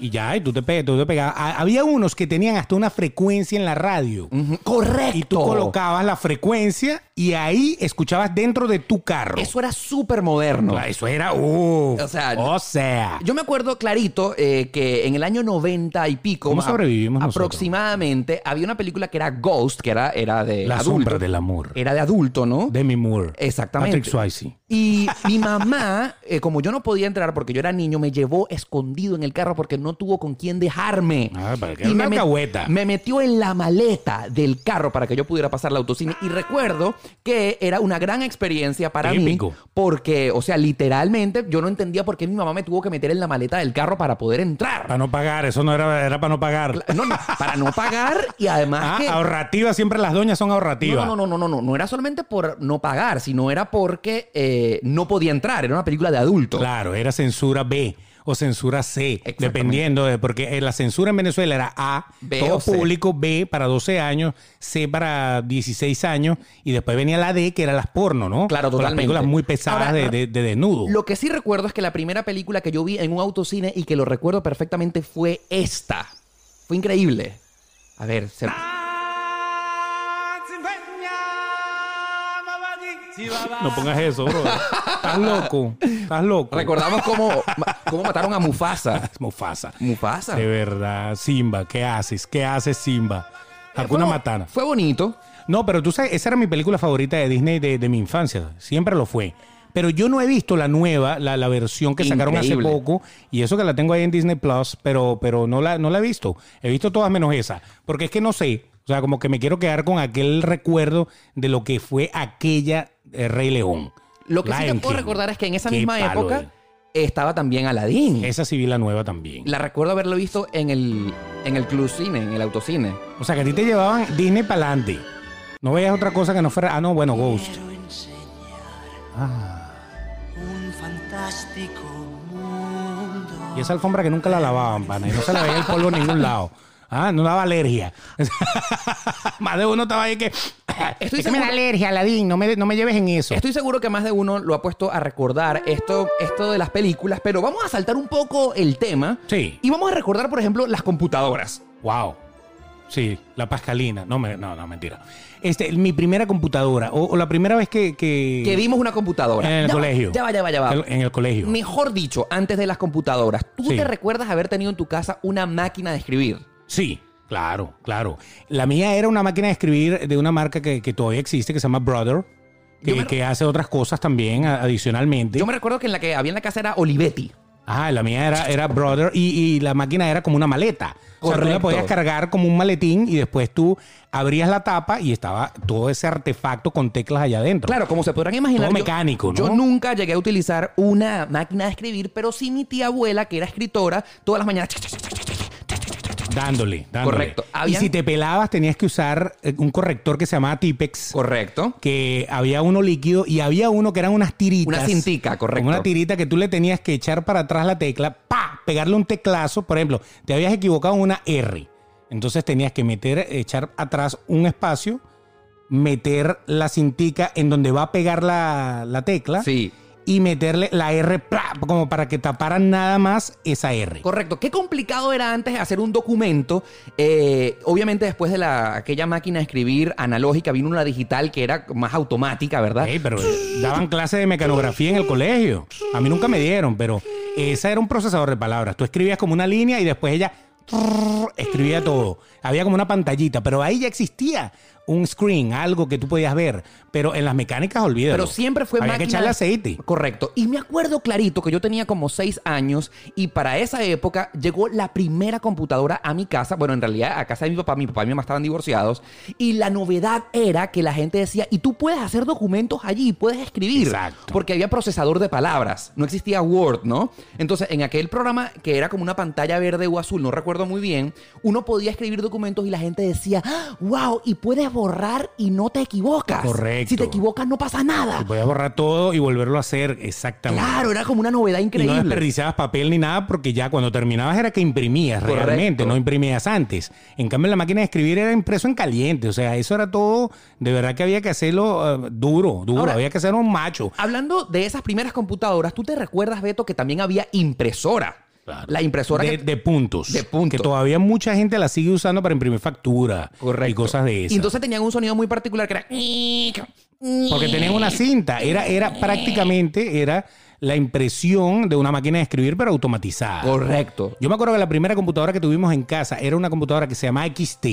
S2: Y ya, y tú te, pe- tú te pegabas. Ha- había unos que tenían hasta una frecuencia en la radio.
S1: Ujú, Correcto.
S2: Y tú colocabas la frecuencia y ahí escuchabas dentro de tu carro.
S1: Eso era súper moderno.
S2: Ah, Eso era. Uh,
S1: O
S2: o
S1: sea,
S2: sea.
S1: Yo me acuerdo clarito eh, que en el año 90 y pico,
S2: ¿Cómo
S1: a-
S2: sobrevivimos nosotros?
S1: aproximadamente, había una película que era Ghost, que era, era de
S2: La
S1: adulto.
S2: sombra del amor.
S1: Era de adulto, ¿no?
S2: Demi Moore.
S1: Exactamente.
S2: Patrick Swayze.
S1: Y mi mamá, eh, como yo no podía entrar porque yo era niño, me llevó escondido en el carro porque no tuvo con quién dejarme.
S2: Ah, para que
S1: Y me,
S2: era una
S1: met-
S2: alcahueta.
S1: me metió en la maleta del carro para que yo pudiera pasar la autocine. Y recuerdo que era una gran experiencia para
S2: Típico.
S1: mí. Porque, o sea, literalmente yo no entendía por qué mi mamá me tuvo que meter en la maleta del carro para poder entrar.
S2: Para no pagar, eso no era, era para no pagar.
S1: No, no, para no pagar y además
S2: Ah,
S1: que...
S2: ahorrativa, siempre las doñas son ahorrativas.
S1: No, no, no, no, no, no, no era solamente por no pagar, sino era porque eh, no podía entrar, era una película de adulto.
S2: Claro, era censura B o censura C,
S1: Exactamente.
S2: dependiendo de, porque eh, la censura en Venezuela era A,
S1: B o
S2: todo
S1: C.
S2: público, B para 12 años, C para 16 años, y después venía la D, que era las porno, ¿no?
S1: Claro,
S2: Con
S1: totalmente.
S2: Las películas muy pesadas
S1: Ahora,
S2: de, de- de desnudo.
S1: Lo que sí recuerdo es que la primera película que yo vi en un autocine y que lo recuerdo perfectamente fue esta. Fue increíble. A ver, se-
S2: No pongas eso, bro. Estás loco, estás loco.
S1: recordamos cómo, ma- cómo mataron a Mufasa.
S2: Mufasa.
S1: Mufasa.
S2: De verdad, Simba, ¿qué haces? ¿Qué haces, Simba? Hakuna
S1: Fue-
S2: Matana.
S1: Fue bonito.
S2: No, pero tú sabes, esa era mi película favorita de Disney de, de mi infancia. Siempre lo fue. Pero yo no he visto la nueva, la, la versión que sacaron hace
S1: Increíble.
S2: poco. Y eso que la tengo ahí en Disney Plus, pero, pero no, la, no la he visto. He visto todas menos esa. Porque es que no sé. O sea, como que me quiero quedar con aquel recuerdo de lo que fue aquella eh, Rey León.
S1: Lo que sí
S2: Lion
S1: te puedo
S2: King.
S1: recordar es que en esa
S2: Qué
S1: misma
S2: palo
S1: época estaba también Aladdin.
S2: era. Esa sí vi la nueva también.
S1: La recuerdo haberlo visto en el, en el club cine, en el autocine.
S2: O sea, que a ti te llevaban Disney para adelante. No veías otra cosa que no fuera. Ah, no, bueno, Ghost. Ah.
S7: Quiero enseñar un fantástico mundo.
S2: Y esa alfombra que nunca la lavaban, pana. Y no se la veía el polvo en ningún lado. Ah, no daba alergia. Más de uno estaba ahí que.
S1: Estoy
S2: es que me da
S1: seguro-
S2: alergia, Aladín. No me, no me lleves en eso.
S1: Estoy seguro que más de uno lo ha puesto a recordar esto, esto de las películas, pero vamos a saltar un poco el tema.
S2: Sí.
S1: Y vamos a recordar, por ejemplo, las computadoras.
S2: Wow. Sí, la pascalina. No, me, no, no, mentira. Este, mi primera computadora. O, o la primera vez que. que-
S1: Que vimos una computadora.
S2: En el
S1: Ya va,
S2: colegio.
S1: Ya va, ya va, ya va.
S2: En- en el colegio.
S1: Mejor dicho, antes de las computadoras, ¿tú
S2: Sí.
S1: te recuerdas haber tenido en tu casa una máquina de escribir?
S2: Sí, claro, claro. La mía era una máquina de escribir de una marca que, que todavía existe, que se llama Brother, que,
S1: Yo me-
S2: que hace otras cosas también a- adicionalmente.
S1: Yo me recuerdo que en la que había en la casa era Olivetti.
S2: Ah, la mía era, era Brother y, y la máquina era como una maleta. O sea, tú
S1: Correcto.
S2: la podías cargar como un maletín y después tú abrías la tapa y estaba todo ese artefacto con teclas allá adentro.
S1: Claro, como se podrán imaginar.
S2: Todo
S1: yo-
S2: mecánico, ¿no?
S1: Yo nunca llegué a utilizar una máquina de escribir, pero sí mi tía abuela, que era escritora, todas las mañanas.
S2: Dándole, dándole.
S1: Correcto.
S2: Y
S1: Habían-
S2: si te pelabas tenías que usar eh, un corrector que se llamaba Tipex.
S1: Correcto.
S2: que había uno líquido y había uno que eran unas tiritas.
S1: Una cintica, correcto.
S2: Como Una tirita que tú le tenías que echar para atrás la tecla, pa, pegarle un teclazo, por ejemplo, te habías equivocado en una R. Entonces tenías que meter, echar atrás un espacio, meter la cintica en donde va a pegar la, la tecla
S1: Sí.
S2: y meterle la R, ¡pla! como para que taparan nada más esa R.
S1: Correcto. Qué complicado era antes hacer un documento. Eh, obviamente, después de la, aquella máquina de escribir analógica, vino una digital que era más automática, ¿verdad?
S2: Ey, pero eh, daban clases de mecanografía en el colegio. A mí nunca me dieron, pero esa era un procesador de palabras. Tú escribías como una línea y después ella trrr, escribía todo. Había como una pantallita, pero ahí ya existía un screen, algo que tú podías ver. Pero en las mecánicas, olvídalo.
S1: Pero siempre fue
S2: Había
S1: máquina.
S2: que echarle aceite.
S1: Correcto. Y me acuerdo clarito que yo tenía como seis años y para esa época llegó la primera computadora a mi casa. Bueno, en realidad a casa de mi papá, mi papá y mi mamá estaban divorciados. Y la novedad era que la gente decía, y tú puedes hacer documentos allí, puedes escribir.
S2: Exacto.
S1: Porque había procesador de palabras. No existía Word, ¿no? Entonces, en aquel programa que era como una pantalla verde o azul, no recuerdo muy bien, uno podía escribir documentos y la gente decía, "¡Ah! wow, y puedes borrar y no te equivocas.
S2: Correcto.
S1: Si te equivocas, no pasa nada.
S2: Tú podías borrar todo y volverlo a hacer exactamente.
S1: Claro, era como una novedad
S2: Y no
S1: increíble.
S2: desperdiciabas papel ni nada porque ya cuando terminabas era que imprimías
S1: Correcto.
S2: realmente, no imprimías antes. En cambio, la máquina de escribir era impreso en caliente. O sea, eso era todo, de verdad que había que hacerlo eh, duro, duro.
S1: Ahora- pues
S2: había que hacer un macho.
S1: Hablando de esas primeras computadoras, ¿tú te recuerdas, Beto, que también había impresora? La impresora
S2: De,
S1: que...
S2: de puntos.
S1: de puntos.
S2: Que todavía mucha gente la sigue usando para imprimir factura y
S1: Correcto.
S2: cosas de
S1: Y
S2: esas.
S1: entonces tenían un sonido muy particular que era...
S2: Porque tenían una cinta, era, era prácticamente era la impresión de una máquina de escribir, pero automatizada.
S1: Correcto.
S2: Yo me acuerdo que la primera computadora que tuvimos en casa era una computadora que se llamaba XT.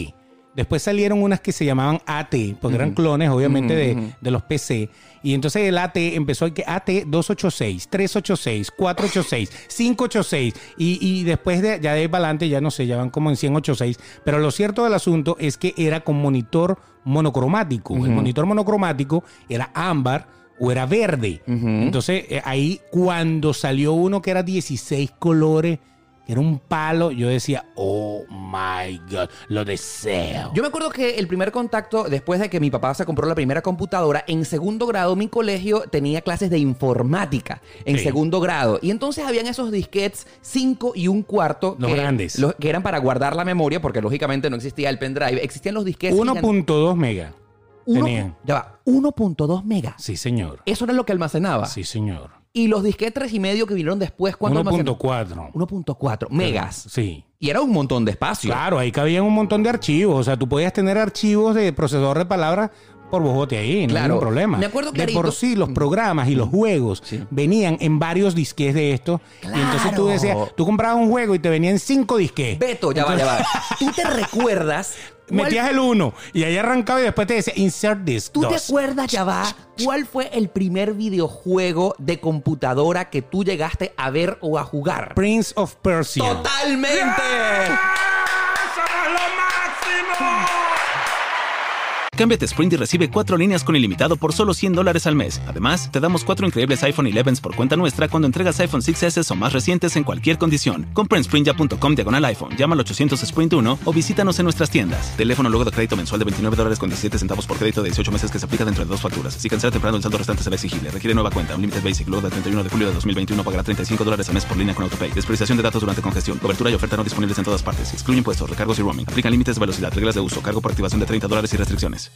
S2: Después salieron unas que se llamaban AT, porque eran clones, obviamente, de- de, los PC. Y entonces el AT empezó el que AT 286, 386, 486, 586. Y, y después de, ya de ahí para adelante, ya no sé, ya van como en 186. Pero lo cierto del asunto es que era con monitor monocromático. El monitor monocromático era ámbar o era verde. Entonces, eh, ahí cuando salió uno que era 16 colores, que era un palo, yo decía, oh my God, lo deseo.
S1: Yo me acuerdo que el primer contacto, después de que mi papá se compró la primera computadora, en segundo grado mi colegio tenía clases de informática, en
S2: Sí.
S1: segundo grado. Y entonces habían esos disquets 5 y un cuarto.
S2: Los
S1: que,
S2: grandes.
S1: los- que eran para guardar la memoria, porque lógicamente no existía el pendrive. Existían los disquets...
S2: 1.2 mega.
S1: Uno-
S2: tenían.
S1: ya va, 1.2 megas.
S2: Sí, señor.
S1: Eso era lo que almacenaba.
S2: Sí, señor.
S1: Y los disquetes tres y medio que vinieron después, ¿cuánto almacenaba?
S2: 1.4.
S1: 1.4 megas.
S2: Sí.
S1: Y era un montón de espacio.
S2: Claro, ahí cabían un montón de archivos. O sea, tú podías tener archivos de procesador de palabras por bojote ahí, no hay
S1: Claro.
S2: ningún problema.
S1: Me acuerdo
S2: de
S1: clarito.
S2: por sí los programas y
S1: Mm.
S2: los juegos venían en varios disques de estos. Y entonces
S1: Claro.
S2: tú decías, tú comprabas un juego y te venían cinco disques.
S1: Beto, ya va, ya va. ¿Tú te recuerdas? cuál-
S2: Metías el uno y ahí arrancaba y después te decía insert disc.
S1: ¿Tú te
S2: dos".
S1: acuerdas, ya va, cuál fue el primer videojuego de computadora que tú llegaste a ver o a jugar?
S2: Prince of Persia. ¡Ah!
S1: ¡Totalmente!
S3: Cámbiate a Sprint y recibe cuatro líneas con ilimitado por solo 100 dólares al mes. Además, te damos cuatro increíbles iPhone 11s por cuenta nuestra cuando entregas iPhone 6s o más recientes en cualquier condición. Compra en sprintya.com diagonal iPhone, llama al 800 Sprint 1 o visítanos en nuestras tiendas. Teléfono luego de crédito mensual de 29 dólares con 17 centavos por crédito de 18 meses que se aplica dentro de dos facturas. Si cancela temprano, el saldo restante será exigible. Requiere nueva cuenta. Un límite basic luego del 31 de julio de 2021 pagará 35 dólares al mes por línea con AutoPay. Despreciación de datos durante congestión. Cobertura y oferta no disponibles en todas partes. Excluye impuestos, recargos y roaming. Aplican límites de velocidad, reglas de uso, cargo por activación de 30 dólares y restricciones.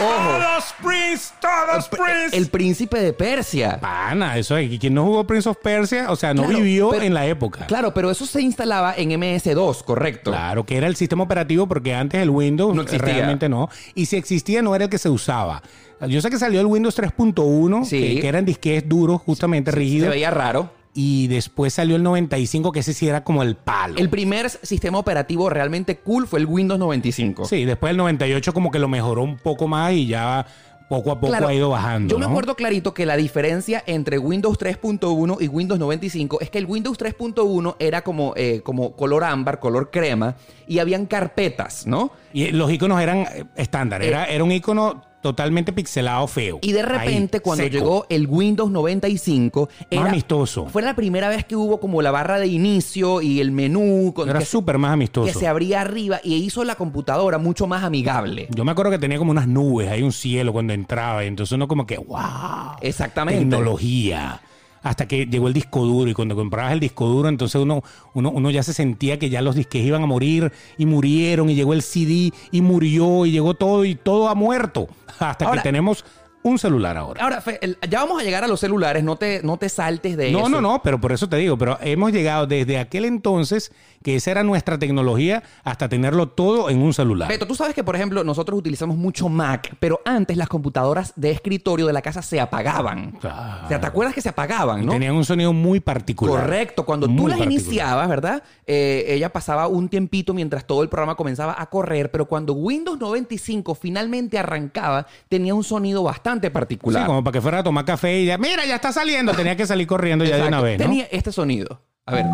S1: ¡Ojo!
S2: Todos Prince, todos Prince.
S1: El príncipe de Persia.
S2: Pana, eso es. Quien no jugó Prince of Persia, o sea, no
S1: Claro,
S2: vivió
S1: pero-
S2: en la época.
S1: Claro, pero eso se instalaba en MS2, correcto.
S2: Claro, que era el sistema operativo porque antes el Windows
S1: No existía.
S2: realmente no. Y si existía, no era el que se usaba. Yo sé que salió el Windows 3.1,
S1: Sí.
S2: que, que eran disquetes duros, justamente
S1: Se
S2: rígidos.
S1: veía raro.
S2: Y después salió el 95, que ese sí era como el palo.
S1: El primer sistema operativo realmente cool fue el Windows 95.
S2: Sí, después el 98 como que lo mejoró un poco más y ya poco a poco
S1: Claro,
S2: ha ido bajando.
S1: Yo me
S2: ¿no?
S1: acuerdo clarito que la diferencia entre Windows 3.1 y Windows 95 es que el Windows 3.1 era como, eh, como color ámbar, color crema, y habían carpetas, ¿no?
S2: Y los iconos eran eh, estándar. Era, era un icono totalmente pixelado feo.
S1: Y de
S2: Ahí,
S1: repente, cuando
S2: seco.
S1: llegó el Windows 95, era
S2: amistoso.
S1: Fue la primera vez que hubo como la barra de inicio y el menú con,
S2: Era
S1: que, se-
S2: súper más amistoso.
S1: que se abría arriba y hizo la computadora mucho más amigable.
S2: Yo me acuerdo que tenía como unas nubes, hay un cielo cuando entraba, y entonces uno como que, wow.
S1: Exactamente.
S2: Tecnología. Hasta que llegó el disco duro y cuando comprabas el disco duro, entonces uno, uno, uno ya se sentía que ya los disques iban a morir y murieron y llegó el CD y murió y llegó todo y todo ha muerto. Hasta
S1: Ahora-
S2: que tenemos un celular ahora.
S1: Ahora, Fe, el- ya vamos a llegar a los celulares, no te, no te saltes de
S2: No,
S1: eso.
S2: no, no, pero por eso te digo, pero hemos llegado desde aquel entonces que esa era nuestra tecnología hasta tenerlo todo en un celular.
S1: Beto, tú sabes que, por ejemplo, nosotros utilizamos mucho Mac, pero antes las computadoras de escritorio de la casa se apagaban.
S2: Claro.
S1: O sea, ¿te acuerdas que se apagaban, no?
S2: Tenían un sonido muy particular.
S1: Correcto, cuando tú
S2: Muy
S1: las
S2: particular.
S1: iniciabas, ¿verdad? Eh, ella pasaba un tiempito mientras todo el programa comenzaba a correr, pero cuando Windows 95 finalmente arrancaba, tenía un sonido bastante particular.
S2: Sí, como para que fuera a tomar café y ya, mira, ya está saliendo. Tenía que salir corriendo ya de
S1: Exacto.
S2: una vez, ¿no?
S1: Tenía este sonido. A ver.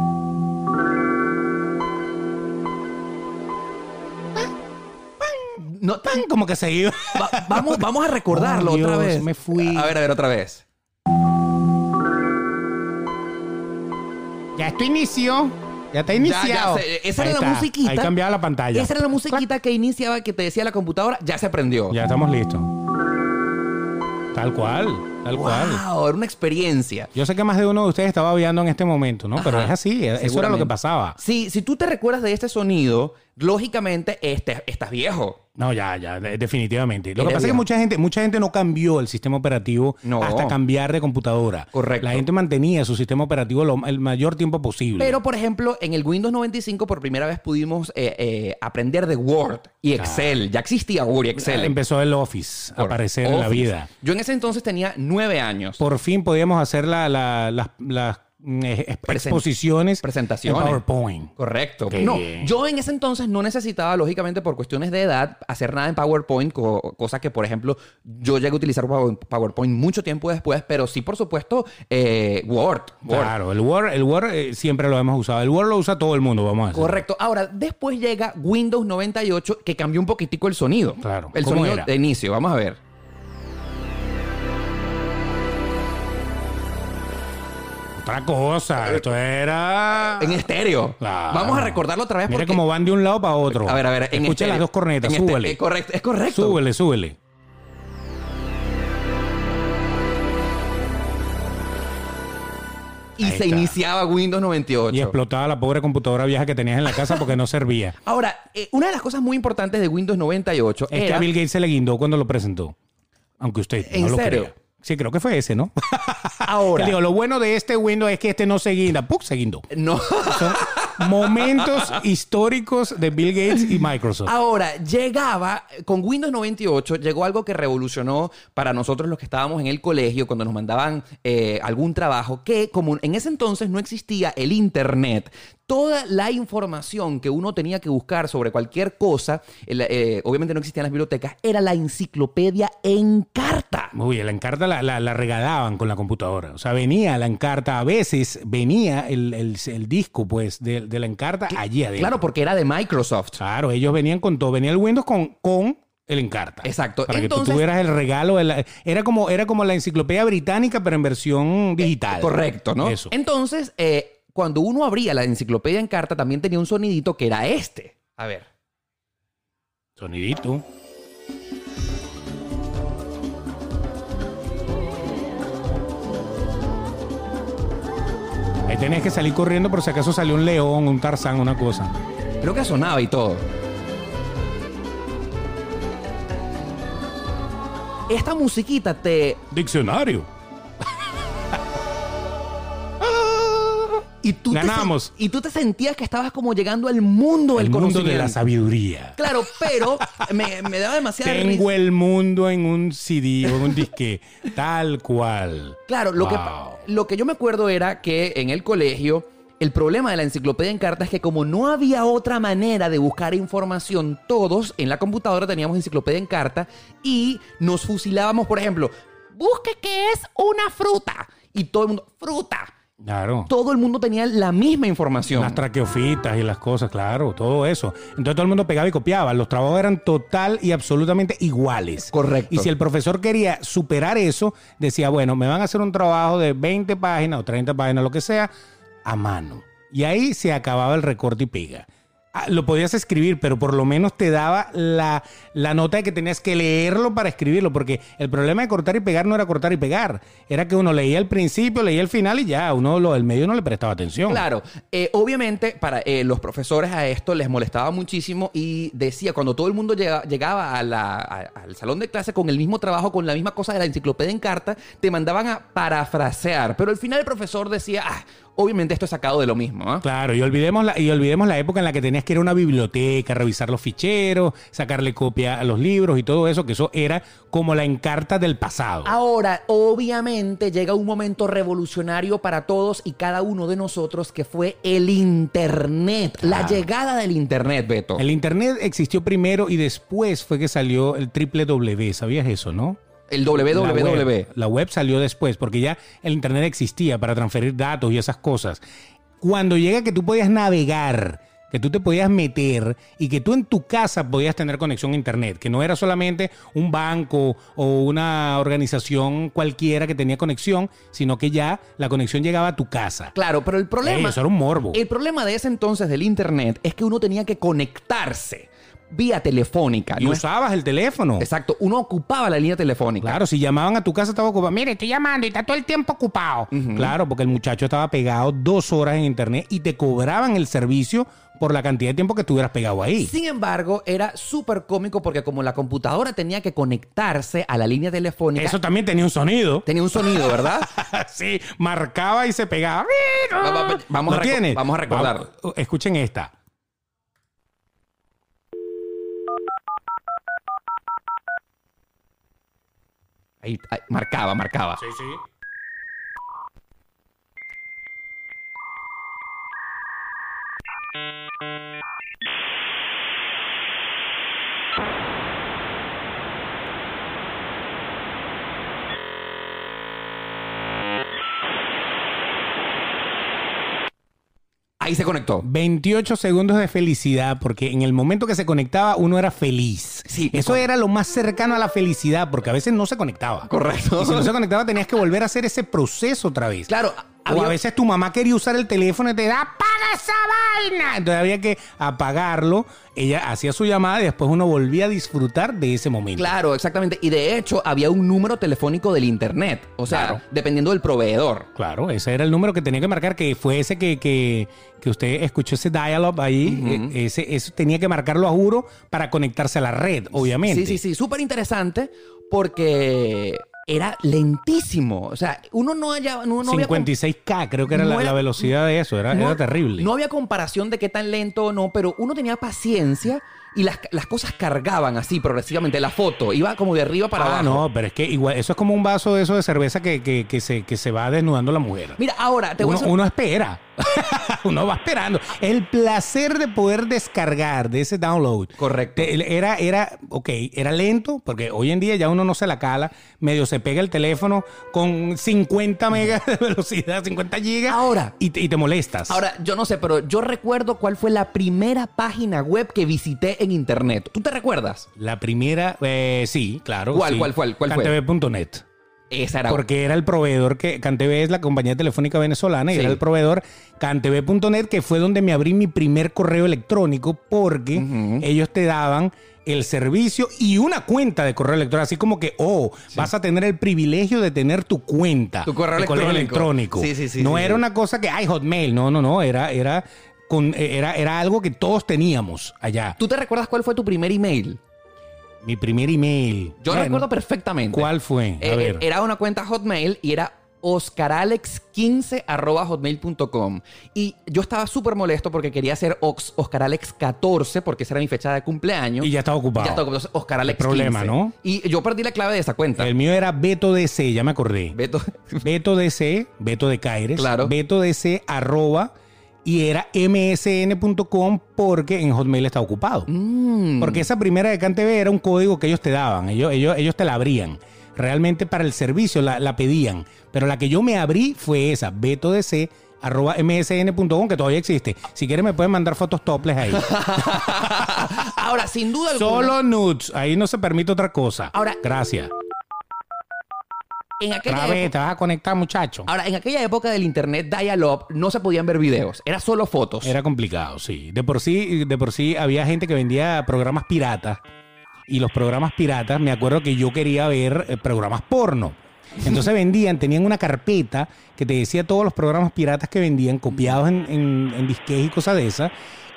S1: No,
S2: Pan, como que se iba.
S1: va- vamos, vamos a recordarlo
S2: Oh, Dios,
S1: otra vez.
S2: me fui.
S1: A ver, a ver, otra vez.
S2: Ya esto inició. Ya está iniciado.
S1: Ya, ya se- esa
S2: Ahí
S1: era la
S2: está.
S1: musiquita.
S2: Ahí cambiaba la pantalla.
S1: Esa era la musiquita que iniciaba, que te decía la computadora, ya se prendió.
S2: Ya estamos listos. Tal cual, tal cual.
S1: Wow, era una experiencia.
S2: Yo sé que más de uno de ustedes estaba obviando en este momento, ¿no? Pero
S1: Ajá,
S2: es así, eh, eso era lo
S1: seguramente.
S2: que pasaba.
S1: Si, si tú te recuerdas de este sonido, lógicamente este, estás viejo.
S2: No, ya, ya, de- definitivamente. Lo
S1: Era
S2: que pasa es
S1: viejo.
S2: que mucha gente, mucha gente no cambió el sistema operativo
S1: No.
S2: hasta cambiar de computadora.
S1: Correcto.
S2: La gente mantenía su sistema operativo lo- el mayor tiempo posible.
S1: Pero, por ejemplo, en el Windows 95 por primera vez pudimos eh, eh, aprender de Word y Excel. Ya existía Word y Excel.
S2: Ah, empezó el Office a
S1: Por-
S2: aparecer en la
S1: Office.
S2: vida.
S1: Yo en ese entonces tenía nueve años.
S2: Por fin podíamos hacer la- la- las, las, mm, eh, ex-
S1: Presen-
S2: exposiciones
S1: presentaciones.
S2: en PowerPoint.
S1: Correcto.
S2: Qué
S1: no,
S2: bien.
S1: yo en ese entonces no necesitaba, lógicamente, por cuestiones de edad, hacer nada en PowerPoint, co- cosa que, por ejemplo, yo llegué a utilizar Power- PowerPoint mucho tiempo después, pero sí, por supuesto, eh, Word. Word.
S2: Claro, el Word, el Word eh, siempre lo hemos usado. El Word lo usa todo el mundo, vamos a decir.
S1: Correcto. Ahora, después llega Windows 98, que cambió un poquitico el sonido.
S2: Claro.
S1: El
S2: ¿Cómo
S1: sonido
S2: era?
S1: de inicio. Vamos a ver.
S2: Otra cosa, esto era...
S1: En estéreo.
S2: Claro.
S1: Vamos a recordarlo otra vez
S2: Mira
S1: porque...
S2: cómo van de un lado para otro.
S1: A ver, a ver. en
S2: Escucha
S1: estéreo.
S2: las dos cornetas,
S1: En este-
S2: súbele.
S1: Es correcto. Es correcto.
S2: Súbele, súbele.
S1: Y
S2: Ahí
S1: se
S2: está.
S1: iniciaba Windows 98.
S2: Y explotaba la pobre computadora vieja que tenías en la casa porque no servía.
S1: Ahora, eh, una de las cosas muy importantes de Windows 98
S2: Es que
S1: era...
S2: a Este Bill Gates se le guindó cuando lo presentó. Aunque usted
S1: ¿En
S2: no lo
S1: serio?
S2: crea. Sí, creo que fue ese, ¿no?
S1: Ahora.
S2: Él dijo, lo bueno de este Windows es que este no se guinda. ¡Pum! Se guindó.
S1: No.
S2: Son momentos históricos de Bill Gates y Microsoft.
S1: Ahora, llegaba, con Windows 98, llegó algo que revolucionó para nosotros los que estábamos en el colegio, cuando nos mandaban eh, algún trabajo, que como en ese entonces no existía el Internet, toda la información que uno tenía que buscar sobre cualquier cosa, el- eh, obviamente no existían las bibliotecas, era la enciclopedia en carta.
S2: Uy, la encarta la, la- la regalaban con la computadora. O sea, venía la encarta, a veces venía el, el- el disco, pues, de, de la encarta allí adentro.
S1: Claro, porque era de Microsoft.
S2: Claro, ellos venían con todo. Venía el Windows con, con el Encarta.
S1: Exacto.
S2: Para que
S1: Entonces-
S2: tú tuvieras el regalo. de la- era, como, era como la enciclopedia británica, pero en versión digital.
S1: Correcto, ¿no?
S2: Eso.
S1: Entonces, eh, cuando uno abría la enciclopedia en carta, también tenía un sonidito que era este. A ver.
S2: Sonidito. Ahí tenías que salir corriendo por si acaso salió un león, un tarzán, una cosa.
S1: Creo que sonaba y todo. Esta musiquita te...
S2: Diccionario.
S1: Y tú
S2: Ganamos.
S1: Te, sen- y tú te sentías que estabas como llegando al mundo del
S2: el mundo
S1: conocimiento.
S2: de la sabiduría.
S1: Claro, pero me, me daba demasiada risa.
S2: Tengo el mundo en un CD o en un disque, tal cual.
S1: Claro, lo, que, pa-
S2: Wow.
S1: lo que yo me acuerdo era que en el colegio el problema de la enciclopedia en carta es que como no había otra manera de buscar información, todos en la computadora teníamos enciclopedia en carta y nos fusilábamos, por ejemplo, busque qué es una fruta. Y todo el mundo, fruta.
S2: Claro.
S1: Todo el mundo tenía la misma información.
S2: Las traqueofitas y las cosas, claro, todo eso. Entonces todo el mundo pegaba y copiaba. Los trabajos eran total y absolutamente iguales.
S1: Correcto.
S2: Y si el profesor quería superar eso, decía, bueno, me van a hacer un trabajo de 20 páginas o 30 páginas, lo que sea, a mano. Y ahí se acababa el recorte y pega. Ah, Lo podías escribir, pero por lo menos te daba la, la nota de que tenías que leerlo para escribirlo, porque el problema de cortar y pegar no era cortar y pegar, era que uno leía el principio, leía el final y ya, uno lo del medio no le prestaba atención.
S1: Claro, eh, obviamente para eh, los profesores a esto les molestaba muchísimo y decía, cuando todo el mundo llega- llegaba a la- a- al salón de clase con el mismo trabajo, con la misma cosa de la enciclopedia en carta, te mandaban a parafrasear, pero al final el profesor decía, ah, Obviamente esto es sacado de lo mismo. ¿ah?
S2: Claro, y olvidemos, la, y olvidemos la época en la que tenías que ir a una biblioteca, revisar los ficheros, sacarle copia a los libros y todo eso, que eso era como la encarta del pasado.
S1: Ahora, obviamente, llega un momento revolucionario para todos y cada uno de nosotros que fue el Internet. La
S2: Claro.
S1: llegada del Internet, Beto.
S2: El Internet existió primero y después fue que salió el triple W, ¿sabías eso, no?
S1: El www.
S2: La web, la web salió después, porque ya el Internet existía para transferir datos y esas cosas. Cuando llega que tú podías navegar, que tú te podías meter y que tú en tu casa podías tener conexión a Internet, que no era solamente un banco o una organización cualquiera que tenía conexión, sino que ya la conexión llegaba a tu casa.
S1: Claro, pero el problema.
S2: Ey, eso era un morbo.
S1: El problema de ese entonces del Internet es que uno tenía que conectarse vía telefónica.
S2: Y
S1: No es-
S2: usabas el teléfono.
S1: Exacto, uno ocupaba la línea telefónica.
S2: Claro, si llamaban a tu casa estaba ocupado. Mire, estoy llamando y está todo el tiempo ocupado. Claro, porque el muchacho estaba pegado dos horas en internet y te cobraban el servicio por la cantidad de tiempo que estuvieras pegado ahí.
S1: Sin embargo, era súper cómico porque como la computadora tenía que conectarse a la línea telefónica,
S2: Eso también tenía un sonido.
S1: tenía un sonido, ¿verdad?
S2: sí, marcaba y se pegaba.
S1: Va- va- va- vamos
S2: ¿Lo
S1: a reco-
S2: tienes?
S1: vamos a recordarlo.
S2: Vamos- Escuchen esta.
S1: Ahí, ahí, marcaba, marcaba. Ahí se conectó.
S2: 28 segundos de felicidad, porque en el momento que se conectaba uno era feliz.
S1: Sí,
S2: Eso era lo más cercano a la felicidad, porque a veces no se conectaba.
S1: Correcto.
S2: Y si no se conectaba, tenías que volver a hacer ese proceso otra vez.
S1: Claro,
S2: O
S1: había-
S2: a veces tu mamá quería usar el teléfono y te da, apaga esa vaina. Entonces había que apagarlo. Ella hacía su llamada y después uno volvía a disfrutar de ese momento.
S1: Claro, exactamente. Y de hecho, había un número telefónico del internet. O sea,
S2: Claro.
S1: dependiendo del proveedor.
S2: Claro, ese era el número que tenía que marcar, que fue ese que, que, que usted escuchó ese dial-up ahí. eh, ese, eso tenía que marcarlo a juro para conectarse a la red, obviamente.
S1: Sí, sí, sí. Súper interesante porque era lentísimo. O sea, uno no, hallaba, no, no había... com-
S2: 56K, creo que era,
S1: no
S2: la,
S1: era-
S2: la velocidad de eso, era,
S1: no-
S2: era terrible.
S1: No había comparación de qué tan lento o no, pero uno tenía paciencia y las, las cosas cargaban así progresivamente. La foto iba como de arriba para
S2: ah,
S1: abajo.
S2: no, pero es que igual, eso es como un vaso de eso de cerveza que, que- que se, que se va desnudando la mujer.
S1: Mira, ahora te voy
S2: uno,
S1: a hacer-
S2: uno espera. uno va esperando. El placer de poder descargar de ese download.
S1: Correcto.
S2: Te- era, era, ok, era lento, porque hoy en día ya uno no se la cala, medio se pega el teléfono con 50 megas de velocidad, 50 gigas.
S1: Ahora.
S2: Y te, y te molestas.
S1: Ahora, yo no sé, pero yo recuerdo cuál fue la primera página web que visité en internet. ¿Tú te recuerdas?
S2: La primera, eh, sí, claro.
S1: ¿Cuál,
S2: sí.
S1: cuál, cuál, cuál fue?
S2: CanTV.net.
S1: Esa era
S2: Porque era el proveedor que CanTV es la compañía telefónica venezolana y
S1: Sí.
S2: era el proveedor cantv.net que fue donde me abrí mi primer correo electrónico porque ellos te daban el servicio y una cuenta de correo electrónico, así como que, oh, vas a tener el privilegio de tener tu cuenta
S1: Tu correo
S2: de
S1: electrónico.
S2: electrónico.
S1: Sí, sí, sí,
S2: No
S1: sí, sí.
S2: era una cosa que, ay, Hotmail, no, no, no, era, era, con, era, era algo que todos teníamos allá.
S1: ¿Tú te recuerdas cuál fue tu primer email?
S2: Mi primer email.
S1: Yo
S2: Bueno,
S1: recuerdo perfectamente.
S2: ¿Cuál fue? A
S1: Eh,
S2: ver.
S1: Era una cuenta Hotmail y era oscaralex15.hotmail.com y yo estaba súper molesto porque quería hacer Ox- oscaralex14 porque esa era mi fecha de cumpleaños.
S2: Y ya estaba ocupado.
S1: Ya estaba ocupado, entonces,
S2: El
S1: oscaralex15.
S2: problema, ¿no?
S1: Y yo perdí la clave de esa cuenta.
S2: El mío era Beto DC, ya me acordé.
S1: Beto,
S2: Beto DC, Beto de Caires,
S1: Claro.
S2: Beto DC arroba y era msn.com porque en Hotmail está ocupado.
S1: Mm.
S2: Porque esa primera de CanTV era un código que ellos te daban, ellos, ellos, ellos te la abrían. Realmente para el servicio la, la pedían. Pero la que yo me abrí fue esa, Beto DC arroba msn.com que todavía existe. Si quieres me pueden mandar fotos toples ahí.
S1: Ahora, sin duda alguna,
S2: Solo nudes, ahí no se permite otra cosa.
S1: Ahora-
S2: Gracias.
S1: en aquella
S2: Otra vez
S1: época,
S2: te vas a conectar muchacho.
S1: ahora, en aquella época del internet dial-up no se podían ver videos, era solo fotos.
S2: Era complicado, sí. De por sí, de por sí había gente que vendía programas piratas. Y los programas piratas, me acuerdo que yo quería ver eh, programas porno. Entonces vendían, tenían una carpeta que te decía todos los programas piratas que vendían, copiados en, en, en disquets y cosas de esas.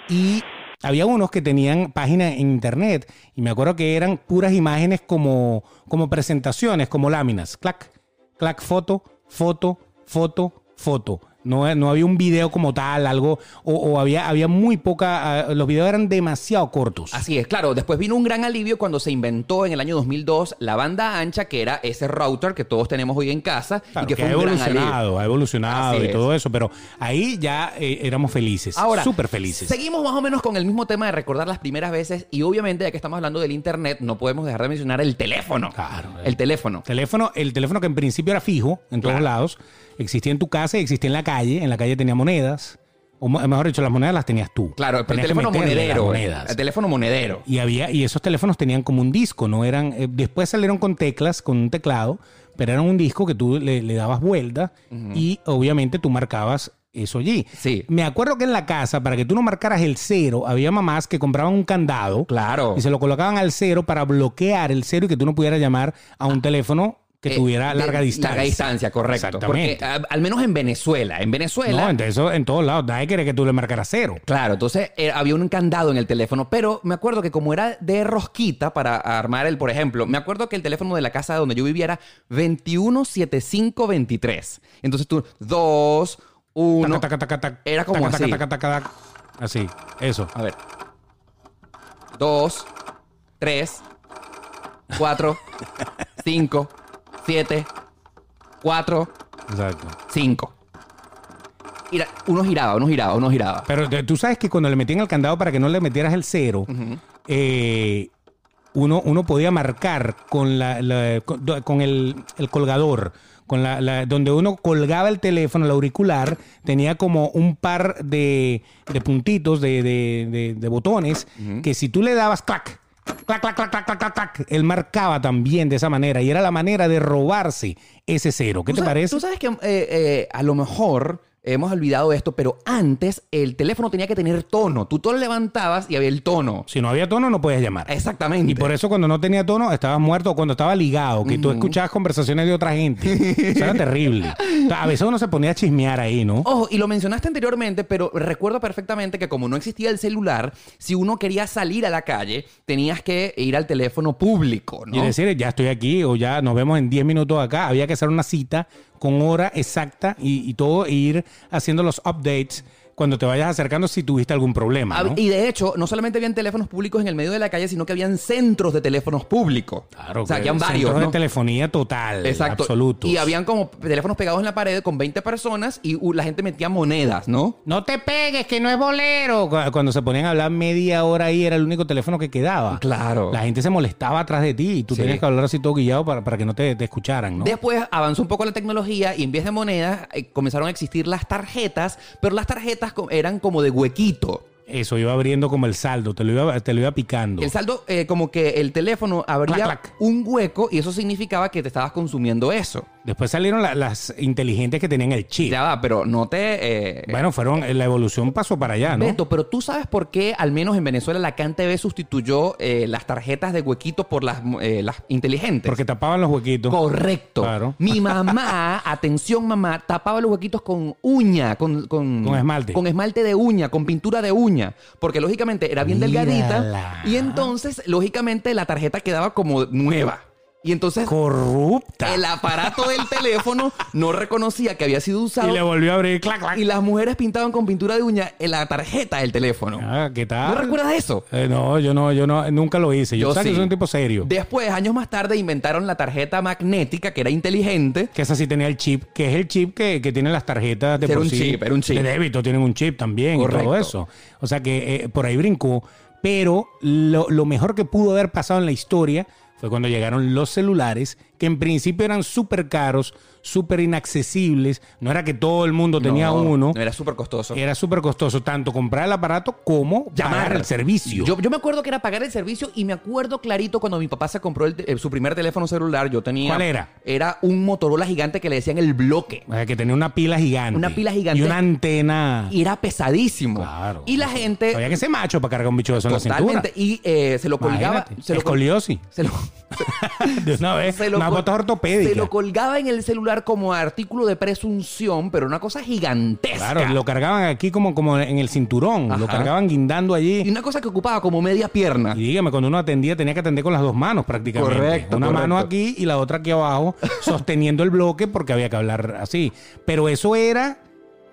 S2: Y había unos que tenían páginas en internet. Y me acuerdo que eran puras imágenes como, como presentaciones, como láminas. Clac, clac, foto, foto, foto, foto. No, no había un video como tal, algo, o, o había, había muy poca, ah, los videos eran demasiado cortos.
S1: Así es, claro. Después vino un gran alivio cuando se inventó en el año 2002 la banda ancha, que era ese router que todos tenemos hoy en casa
S2: Claro,
S1: y que,
S2: que
S1: fue
S2: ha
S1: un gran alivio.
S2: evolucionado, ha evolucionado
S1: Así
S2: y
S1: es.
S2: todo eso, pero ahí ya eh, éramos felices,
S1: Ahora,
S2: súper felices.
S1: Seguimos más o menos con el mismo tema de recordar las primeras veces y obviamente ya que estamos hablando del internet no podemos dejar de mencionar el teléfono.
S2: Claro. eh.
S1: El teléfono.
S2: Teléfono, el teléfono que en principio era fijo en todos
S1: Claro.
S2: lados, existía en tu casa y existía en la calle. En la calle tenía monedas, o mo- mejor dicho, las monedas las tenías tú.
S1: Claro, el
S2: Tenías que
S1: teléfono
S2: meterle las
S1: monedero. eh.
S2: monedas.
S1: El teléfono monedero.
S2: Y había y esos teléfonos tenían como un disco, no eran eh, después salieron con teclas, con un teclado, pero eran un disco que tú le, le dabas vuelta y obviamente tú marcabas eso allí.
S1: Sí.
S2: Me acuerdo que en la casa para que tú no marcaras el cero, había mamás que compraban un candado
S1: Claro.
S2: y se lo colocaban al cero para bloquear el cero y que tú no pudieras llamar a un teléfono que
S1: Eh,
S2: tuviera
S1: de-
S2: larga distancia.
S1: Larga distancia, correcto. Porque
S2: Exactamente.
S1: a- al menos en Venezuela. En Venezuela.
S2: no, entonces eso en todos lados, nadie quería que tú le marcaras cero.
S1: Claro, entonces eh, había un candado en el teléfono, pero me acuerdo que como era de rosquita para armar el, por ejemplo, me acuerdo que el teléfono de la casa donde yo vivía era 217523. Entonces tú, 2, 1.
S2: Taca, taca, taca, taca,
S1: Era como
S2: taca, taca,
S1: así.
S2: taca, taca, taca. así, eso.
S1: A ver. 2, 3, 4, 5, 7, 4,
S2: Exacto.
S1: 5. Gira- Uno giraba, uno giraba, uno giraba.
S2: Pero te- tú sabes que cuando le metían el candado para que no le metieras el cero, eh, uno, uno podía marcar con, la, la- con, do- con el, el colgador. Con la, la- donde uno colgaba el teléfono, el auricular, tenía como un par de, de puntitos, de, de- de- de botones, que si tú le dabas clac, clac, clac, clac, clac, clac, clac, clac, él marcaba también de esa manera. Y era la manera de robarse ese cero. ¿Qué
S1: ¿Tú
S2: te
S1: sabes-
S2: parece?
S1: Tú sabes que eh, eh, a lo mejor hemos olvidado esto, pero antes el teléfono tenía que tener tono. Tú todo lo levantabas y había el tono.
S2: Si no había tono, no podías llamar.
S1: Exactamente.
S2: Y por eso cuando no tenía tono estabas muerto o cuando estaba ligado, que tú escuchabas conversaciones de otra gente. Eso era terrible. O sea, A veces uno se ponía a chismear ahí, ¿no?
S1: Ojo, y lo mencionaste anteriormente, pero recuerdo perfectamente que como no existía el celular, si uno quería salir a la calle, tenías que ir al teléfono público, ¿no?
S2: Y decir, ya estoy aquí o ya nos vemos en 10 minutos acá. Había que hacer una cita con hora exacta y, y todo, e ir haciendo los updates cuando te vayas acercando si tuviste algún problema.
S1: Hab-
S2: ¿no?
S1: Ah, Y de hecho, no solamente habían teléfonos públicos en el medio de la calle, sino que habían centros de teléfonos públicos.
S2: Claro,
S1: o sea,
S2: que
S1: habían
S2: centros
S1: varios.
S2: de
S1: ¿no?
S2: telefonía total,
S1: Exacto.
S2: absoluto.
S1: Y habían como teléfonos pegados en la pared con 20 personas y uh, la gente metía monedas, ¿no?
S2: No te pegues, que no es bolero. Cu- Cuando se ponían a hablar media hora ahí, era el único teléfono que quedaba.
S1: Claro.
S2: La gente se molestaba atrás de ti y tú
S1: Sí.
S2: tenías que hablar así todo guillado para, para que no te, te escucharan, ¿no?
S1: Después avanzó un poco la tecnología y en vez de monedas eh, comenzaron a existir las tarjetas, pero las tarjetas co- eran como de huequito.
S2: Eso iba abriendo como el saldo, te lo iba, te lo iba picando.
S1: El saldo, eh, como que el teléfono abría
S2: Clac, clac.
S1: un hueco y eso significaba que te estabas consumiendo eso.
S2: Después salieron la- las inteligentes que tenían el chip.
S1: Ya va, pero no te... eh,
S2: Bueno, fueron, la evolución pasó para allá, ¿no?
S1: Beto, pero tú sabes por qué, al menos en Venezuela, la CanTV sustituyó eh, las tarjetas de huequito por las, eh, las inteligentes.
S2: Porque tapaban los huequitos.
S1: Correcto.
S2: Claro.
S1: Mi mamá, atención mamá, tapaba los huequitos con uña, con, con,
S2: Con esmalte.
S1: Con esmalte de uña, con pintura de uña. Porque lógicamente era bien
S2: Mírala.
S1: delgadita. Y entonces, lógicamente, la tarjeta quedaba como nueva. Y entonces
S2: Corrupta.
S1: el aparato del teléfono no reconocía que había sido
S2: Y
S1: usado.
S2: le volvió a abrir clac, clac.
S1: Y las mujeres pintaban con pintura de uña en la tarjeta del teléfono.
S2: Ah, ¿qué tal?
S1: ¿No recuerdas eso?
S2: Eh, no, yo no, yo no, nunca lo hice. Yo, sabes
S1: sí.
S2: que soy un tipo serio.
S1: Después, años más tarde, inventaron la tarjeta magnética, que era inteligente.
S2: Que esa sí tenía el chip, que es el chip que, que tienen las tarjetas de
S1: Era
S2: por
S1: un
S2: sí
S1: chip, era un chip.
S2: De débito tienen un chip también y
S1: Correcto.
S2: todo eso. O sea que eh, por ahí brincó. Pero lo, lo mejor que pudo haber pasado en la historia fue cuando llegaron los celulares, que en principio eran súper caros, súper inaccesibles. No era que todo el mundo tenía
S1: No,
S2: uno.
S1: no, era súper costoso.
S2: Era súper costoso tanto comprar el aparato como pagar el servicio.
S1: Yo, yo me acuerdo que era pagar el servicio y me acuerdo clarito cuando mi papá se compró el te- eh, su primer teléfono celular. Yo tenía.
S2: ¿Cuál era? Ah.
S1: Era un Motorola gigante que le decían el bloque.
S2: O sea, que tenía una pila gigante.
S1: Una pila gigante.
S2: Y una antena.
S1: Y era pesadísimo.
S2: Claro.
S1: Y la gente.
S2: Había que ser macho para cargar un bicho de eso en la cintura.
S1: Totalmente. Y eh, se lo colgaba.
S2: Imagínate,
S1: Se lo, col-
S2: escoliosis.
S1: se lo-
S2: De una vez,
S1: se lo
S2: unas
S1: col-
S2: botas ortopédicas.
S1: se lo colgaba en el celular como artículo de presunción, pero una cosa gigantesca.
S2: Claro, lo cargaban aquí como, como en el cinturón. Lo
S1: Ajá.
S2: cargaban guindando
S1: Y
S2: allí.
S1: una cosa que ocupaba como media pierna.
S2: Y dígame, cuando uno atendía tenía que atender con las dos manos prácticamente.
S1: Correcto,
S2: Una mano
S1: correcto.
S2: aquí y la otra aquí abajo, sosteniendo el bloque porque había que hablar así. Pero eso era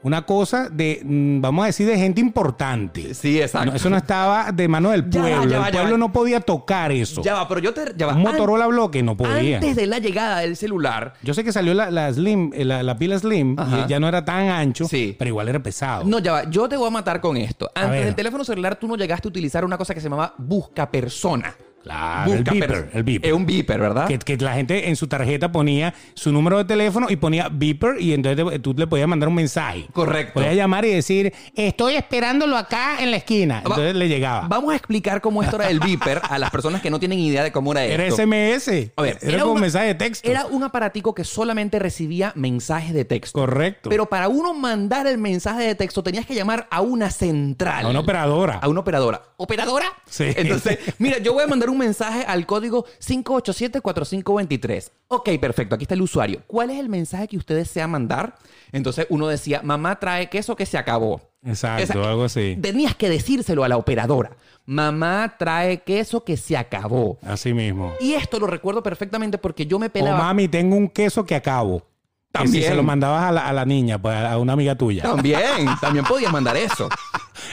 S2: Una cosa de, mm, vamos a decir, de gente importante.
S1: Sí, exacto.
S2: No, eso no estaba de mano del
S1: Ya va,
S2: pueblo.
S1: ya va,
S2: el
S1: ya
S2: pueblo
S1: va.
S2: no podía tocar eso.
S1: Ya va, pero yo te. Ya va.
S2: Un Motorola bloque no podía.
S1: Antes de la llegada del celular,
S2: Yo sé que salió la, la Slim, eh, la, la pila Slim,
S1: Ajá.
S2: y ya no era tan ancho,
S1: Sí.
S2: pero igual era pesado.
S1: No, ya va. Yo te voy a matar con esto. Antes
S2: ver.
S1: del teléfono celular, tú no llegaste a utilizar una cosa que se llamaba busca persona.
S2: Claro, Ah, el beeper,
S1: persona.
S2: el beeper.
S1: Es un beeper, ¿verdad? Ah,
S2: Que, que la gente en su tarjeta ponía su número de teléfono y ponía beeper y entonces te- tú le podías mandar un mensaje.
S1: Correcto.
S2: Podías llamar y decir, estoy esperándolo acá en la esquina.
S1: Va-
S2: Entonces le llegaba.
S1: Vamos a explicar cómo esto era el beeper a las personas que no tienen idea de cómo era,
S2: Era
S1: esto.
S2: SMS.
S1: A ver,
S2: era, como
S1: una-
S2: mensaje de texto.
S1: Era un aparatico que solamente recibía mensajes de texto.
S2: Correcto.
S1: Pero para uno mandar el mensaje de texto tenías que llamar a una central.
S2: A una operadora.
S1: A una operadora. ¿Operadora?
S2: Sí.
S1: Entonces, mira, yo voy a mandar un mensaje al código 587-4523. Ok, perfecto. Aquí está el usuario. ¿Cuál es el mensaje que usted desea mandar? Entonces uno decía, mamá trae queso que se acabó.
S2: Exacto,
S1: Esa-
S2: algo así.
S1: Tenías que decírselo a la operadora. Mamá trae queso que se acabó.
S2: Así mismo.
S1: Y esto lo recuerdo perfectamente porque yo me
S2: O
S1: pelaba.
S2: Oh, mami, tengo un queso que acabo. Que
S1: También.
S2: si se lo mandabas a la, a la niña, pues a una amiga tuya.
S1: También, también podías mandar eso.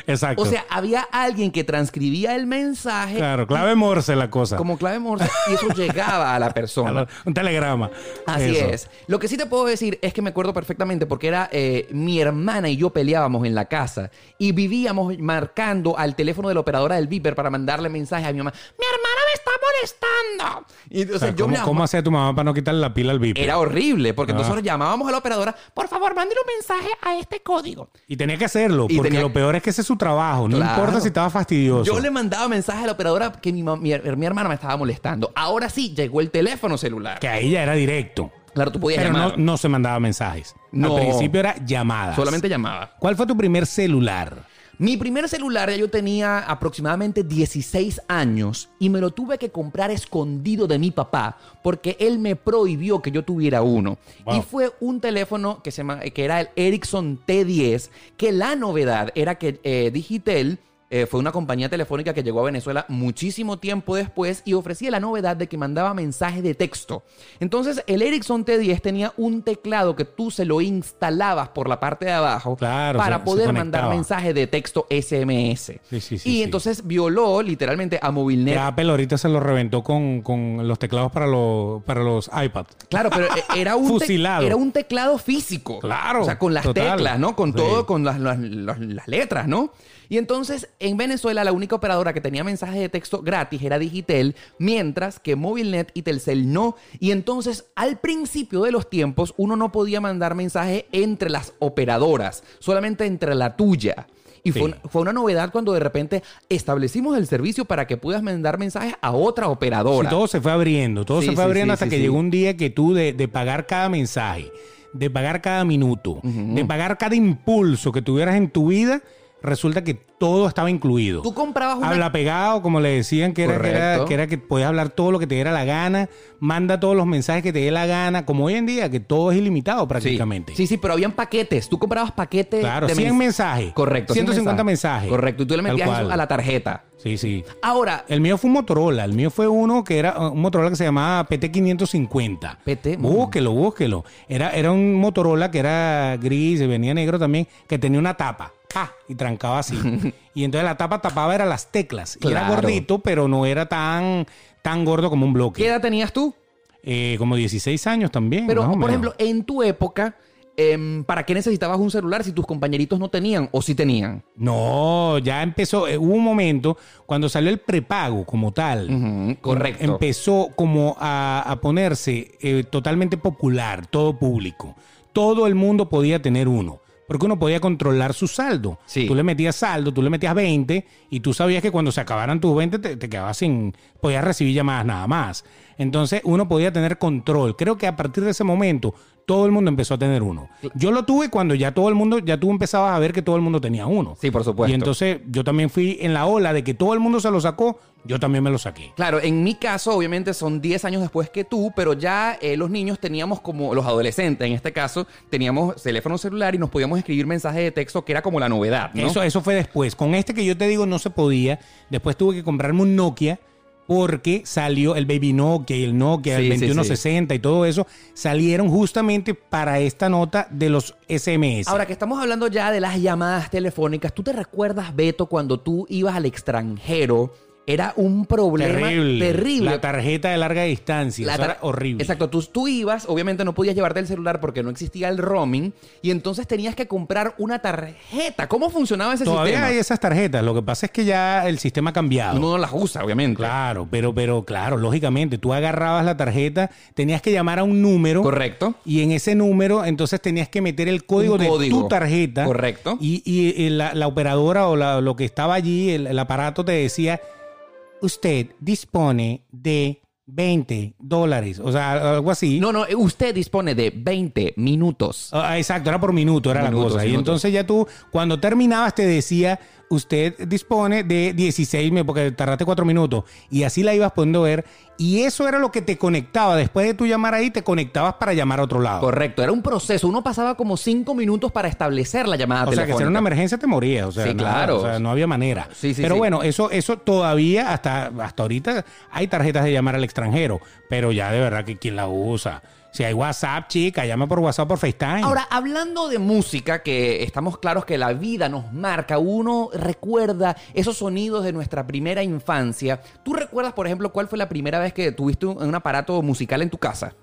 S2: Exacto.
S1: O sea, eh, había alguien que transcribía el mensaje
S2: claro, clave morse la cosa.
S1: como clave morse y eso llegaba a la persona.
S2: Un telegrama.
S1: Así
S2: Eso.
S1: es. Lo que sí te puedo decir es que me acuerdo perfectamente porque era eh, mi hermana y yo peleábamos en la casa y vivíamos marcando al teléfono de la operadora del Viper para mandarle mensajes a mi mamá. Mi hermana me está molestando. Y entonces
S2: O sea,
S1: yo me
S2: ¿cómo,
S1: la-
S2: cómo hacía tu mamá para no quitarle la pila al VIP?
S1: Era horrible porque
S2: Ah.
S1: nosotros llamábamos a la operadora, por favor, mándele un mensaje a este código.
S2: Y tenía que hacerlo,
S1: Y
S2: porque
S1: tenía-
S2: lo peor es que ese es su trabajo. No
S1: Claro.
S2: importa si estaba fastidioso.
S1: Yo le mandaba mensajes a la operadora que mi, ma- mi her- mi hermana me estaba molestando. Ahora sí, llegó el teléfono celular.
S2: Que ahí ya era directo.
S1: Claro, tú podías
S2: Pero no,
S1: llamar.
S2: no se mandaba mensajes.
S1: No.
S2: Al principio era llamadas.
S1: Solamente llamaba.
S2: ¿Cuál fue tu primer celular?
S1: Mi primer celular ya yo tenía aproximadamente 16 años y me lo tuve que comprar escondido de mi papá porque él me prohibió que yo tuviera uno.
S2: Wow.
S1: Y fue un teléfono que, se llama- que era el Ericsson T10, que la novedad era que eh, Digitel eh, fue una compañía telefónica que llegó a Venezuela muchísimo tiempo después y ofrecía la novedad de que mandaba mensajes de texto. Entonces el Ericsson T10 tenía un teclado que tú se lo instalabas por la parte de abajo
S2: Claro,
S1: para
S2: se- se
S1: poder mandar
S2: conectaba.
S1: mensajes de texto SMS.
S2: Sí, sí, sí,
S1: y
S2: sí.
S1: entonces violó literalmente a
S2: Que
S1: Movilnet.
S2: Apple ahorita se lo reventó con, con los teclados para, los para los iPad.
S1: Claro, pero eh, era un, te-
S2: Fusilado.
S1: era un teclado físico.
S2: Claro,
S1: O sea, con las
S2: total.
S1: teclas, ¿no? Con
S2: Sí.
S1: todo, con las, las- las- las letras, ¿no? Y entonces, en Venezuela, la única operadora que tenía mensajes de texto gratis era Digitel, mientras que Movilnet y Telcel no. Y entonces, al principio de los tiempos, uno no podía mandar mensajes entre las operadoras, solamente entre la tuya. Y fue,
S2: Sí.
S1: una, fue una novedad cuando de repente establecimos el servicio para que puedas mandar mensajes a otra operadora.
S2: Sí, todo se fue abriendo, todo
S1: Sí,
S2: se fue
S1: sí,
S2: abriendo
S1: sí,
S2: hasta
S1: sí,
S2: que
S1: sí.
S2: llegó un día que tú de, de pagar cada mensaje, de pagar cada minuto, de pagar cada impulso que tuvieras en tu vida, resulta que todo estaba incluido.
S1: Tú comprabas una-
S2: Habla pegado, como le decían, que era, que era,
S1: Correcto.
S2: que era que podías hablar todo lo que te diera la gana, manda todos los mensajes que te dé la gana, como hoy en día, que todo es ilimitado
S1: Sí.
S2: prácticamente.
S1: Sí, sí, pero habían paquetes. Tú comprabas paquetes.
S2: Claro,
S1: de
S2: 100
S1: mens-
S2: mensajes.
S1: Correcto. 100
S2: 150 mensajes.
S1: Correcto. Y tú le
S2: Tal
S1: metías eso
S2: cual. Eh,
S1: a la tarjeta.
S2: Sí, sí.
S1: Ahora,
S2: El mío fue un Motorola. El mío fue uno que era un Motorola que se llamaba PT550.
S1: PT,
S2: Búsquelo, búsquelo. Era, era un Motorola que era gris, y venía negro también, que tenía una tapa. ¡pa! Y trancaba así. y entonces la tapa tapaba era las teclas. Y
S1: Claro.
S2: era gordito, pero no era tan, tan gordo como un bloque.
S1: ¿qué edad tenías tú?
S2: Eh, como 16 años también.
S1: Pero,
S2: más o
S1: por
S2: menos.
S1: ejemplo, en tu época, em, ¿para qué necesitabas un celular si tus compañeritos no tenían o sí tenían?
S2: No, ya empezó. eh, hubo un momento cuando salió el prepago como tal.
S1: Ujú, correcto.
S2: Em- Empezó como a, a ponerse eh, totalmente popular, todo público. Todo el mundo podía tener uno. Porque uno podía controlar su saldo.
S1: Sí.
S2: Tú le metías saldo, tú le metías 20 y tú sabías que cuando se acabaran tus 20 te, te quedabas sin... Podías recibir llamadas nada más. Entonces uno podía tener control. Creo que a partir de ese momento todo el mundo empezó a tener uno. Yo lo tuve cuando ya todo el mundo, ya tú empezabas a ver que todo el mundo tenía uno.
S1: Sí, por supuesto.
S2: Y entonces yo también fui en la ola de que todo el mundo se lo sacó, yo también me lo saqué.
S1: Claro, en mi caso, obviamente son 10 años después que tú, pero ya eh, los niños teníamos como, los adolescentes en este caso, teníamos teléfono celular y nos podíamos escribir mensajes de texto que era como la novedad, ¿no?
S2: Eso, eso fue después. Con este que yo te digo no se podía. Después tuve que comprarme un Nokia porque salió el Baby Nokia y el Nokia,
S1: Sí,
S2: el
S1: sí,
S2: 2160 y todo eso, salieron justamente para esta nota de los SMS.
S1: Ahora que estamos hablando ya de las llamadas telefónicas, ¿tú te recuerdas, Beto, cuando tú ibas al extranjero? Era un problema
S2: terrible.
S1: terrible.
S2: La tarjeta de larga distancia,
S1: La
S2: eso
S1: tar-
S2: era horrible.
S1: Exacto, tú, tú ibas, obviamente no podías llevarte el celular porque no existía el roaming y entonces tenías que comprar una tarjeta. ¿Cómo funcionaba ese
S2: Todavía
S1: sistema?
S2: hay esas tarjetas, lo que pasa es que ya el sistema ha cambiado.
S1: Uno no las usa, obviamente.
S2: Claro, pero, pero claro, lógicamente, tú agarrabas la tarjeta, tenías que llamar a un número.
S1: Correcto.
S2: Y en ese número, entonces tenías que meter el código,
S1: Un
S2: de
S1: código.
S2: tu tarjeta.
S1: Correcto.
S2: Y, y, eh, la, la operadora o la- lo que estaba allí, el, el aparato te decía, usted dispone de 20 dólares, o sea, algo así.
S1: No, no, usted dispone de 20 minutos.
S2: Ah, exacto, era por minuto, era
S1: Minutos,
S2: la cosa. Y
S1: minutos.
S2: entonces ya tú, cuando terminabas, te decía, usted dispone de 16, mi- porque tardaste 4 minutos. Y así la ibas poniendo a ver. Y eso era lo que te conectaba. Después de tú llamar ahí, te conectabas para llamar a otro lado.
S1: Correcto, era un proceso. Uno pasaba como 5 minutos para establecer la llamada
S2: O sea, que si
S1: telefónica.
S2: era una emergencia te morías. O sea,
S1: Sí,
S2: nada,
S1: claro.
S2: o sea, no había manera.
S1: Sí, sí,
S2: pero
S1: sí.
S2: bueno, eso, eso todavía, hasta, hasta ahorita, hay tarjetas de llamar al extranjero. Pero ya de verdad que quién la usa. Si hay WhatsApp, chica, llama por WhatsApp, por FaceTime.
S1: Ahora, hablando de música, que estamos claros que la vida nos marca, uno recuerda esos sonidos de nuestra primera infancia. ¿Tú recuerdas, por ejemplo, cuál fue la primera vez que tuviste un, un aparato musical en tu casa?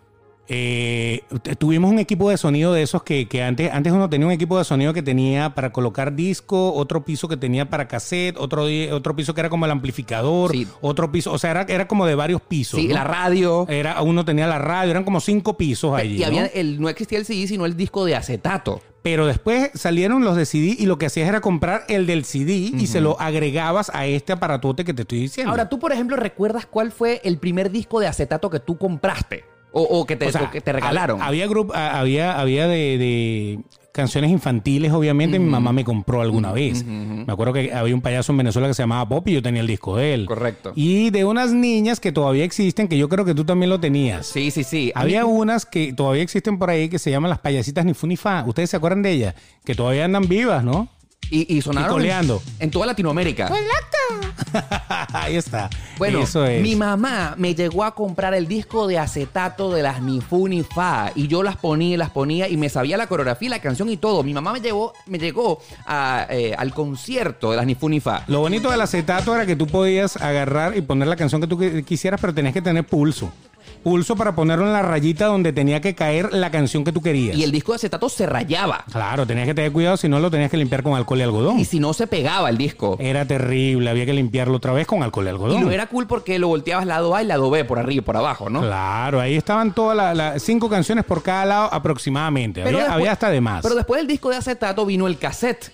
S2: Eh, t- tuvimos un equipo de sonido de esos que, que antes, antes uno tenía un equipo de sonido que tenía para colocar disco, otro piso que tenía para cassette, otro, di- otro piso que era como el amplificador,
S1: Sí.
S2: otro piso, o sea, era, era como de varios pisos.
S1: sí,
S2: ¿no?
S1: la radio.
S2: Era, uno tenía la radio, eran como cinco pisos allí.
S1: y había
S2: ¿no?
S1: el, no existía el CD, sino el disco de acetato.
S2: Pero después salieron los de CD y lo que hacías era comprar el del CD y se lo agregabas a este aparatote que te estoy diciendo.
S1: Ahora, tú, por ejemplo, ¿recuerdas cuál fue el primer disco de acetato que tú compraste? O, o que, te,
S2: O sea,
S1: o que te regalaron.
S2: hab- Había, grup- a- había, había de, de canciones infantiles, obviamente. Mi mamá me compró alguna vez. Me acuerdo que había un payaso en Venezuela que se llamaba Pop y yo tenía el disco de él.
S1: Correcto.
S2: Y de unas niñas que todavía existen, que yo creo que tú también lo tenías.
S1: sí, sí, sí. A mí-
S2: Había unas que todavía existen por ahí que se llaman las payasitas ni fu ni fa. ¿Ustedes se acuerdan de ellas? Que todavía andan vivas, ¿no?
S1: y, y sonaron en-
S2: coleando.
S1: en toda Latinoamérica.
S2: ahí está.
S1: Bueno,
S2: Eso es.
S1: mi mamá me llegó a comprar el disco de acetato de las Ni Fu Ni Fa y yo las ponía y las ponía y me sabía la coreografía, y la canción y todo. Mi mamá me llevó, me llegó a, eh, al concierto de las Ni Fu Ni Fa.
S2: Lo bonito del acetato era que tú podías agarrar y poner la canción que tú qui- quisieras, pero tenías que tener pulso. Pulso para ponerlo en la rayita donde tenía que caer la canción que tú querías.
S1: Y el disco de acetato se rayaba
S2: Claro, tenías que tener cuidado, si no lo tenías que limpiar con alcohol y algodón.
S1: y si no se pegaba el disco.
S2: Era terrible, había que limpiarlo otra vez con alcohol y
S1: Y
S2: algodón.
S1: no era cool porque lo volteabas lado A y lado B, por arriba y por abajo, ¿no?
S2: Claro, ahí estaban todas las las cinco canciones por cada lado aproximadamente. Había,
S1: después-
S2: había hasta de más.
S1: Pero después del disco de acetato vino el cassette.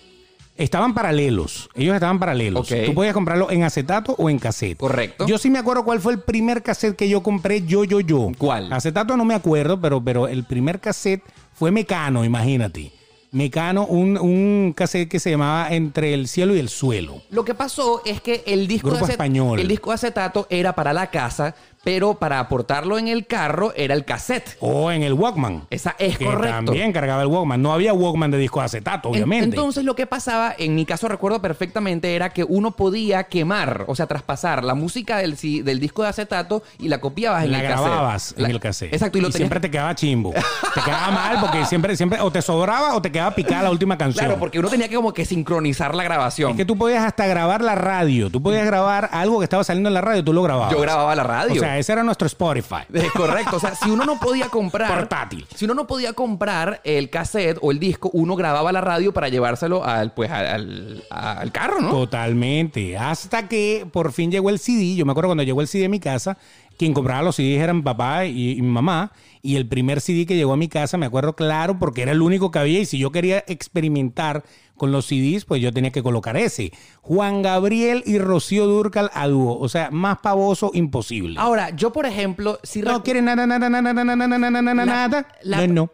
S2: Estaban paralelos. Ellos estaban paralelos.
S1: Ok.
S2: Tú podías comprarlo en acetato o en cassette.
S1: Correcto.
S2: Yo sí me acuerdo cuál fue el primer cassette que yo compré yo, yo, yo.
S1: ¿Cuál?
S2: Acetato no me acuerdo, pero, pero el primer cassette fue Mecano, imagínate. Mecano, un, un cassette que se llamaba Entre el cielo y el suelo.
S1: Lo que pasó es que el disco,
S2: Grupo
S1: de acet-
S2: español.
S1: el disco de acetato era para la casa, pero para aportarlo en el carro era el cassette.
S2: O en el Walkman.
S1: Esa es
S2: que
S1: correcto.
S2: también cargaba el Walkman. No había Walkman de disco de acetato, obviamente.
S1: En- Entonces lo que pasaba, en mi caso recuerdo perfectamente, era que uno podía quemar, o sea, traspasar la música del, si- del disco de acetato y la copiabas en
S2: la
S1: el
S2: grababas
S1: cassette.
S2: en
S1: La-
S2: el cassette.
S1: Exacto, y lo tenías-
S2: siempre te quedaba chimbo. Te quedaba mal porque siempre, siempre o te sobraba o te quedaba picada la última canción.
S1: Claro, porque uno tenía que como que sincronizar la grabación.
S2: Es que tú podías hasta grabar la radio. Tú podías grabar algo que estaba saliendo en la radio, tú lo grababas.
S1: Yo grababa la radio.
S2: O sea, ese era nuestro Spotify.
S1: Es Eh, correcto, o sea, si uno no podía comprar
S2: Portátil.
S1: si uno no podía comprar el cassette o el disco, uno grababa la radio para llevárselo al pues al, al- al carro, ¿no?
S2: Totalmente. Hasta que por fin llegó el CD. Yo me acuerdo cuando llegó el CD a mi casa, quien compraba los CDs eran papá y, y mi mamá. Y el primer CD que llegó a mi casa, me acuerdo claro, porque era el único que había. Y si yo quería experimentar con los CDs, pues yo tenía que colocar ese. Juan Gabriel y Rocío Durcal a dúo. O sea, más pavoso imposible.
S1: Ahora, yo por ejemplo, si
S2: no quiere nada, nada, nada, nada, nada, nada, nada,
S1: La-
S2: nada.
S1: la-
S2: No, no.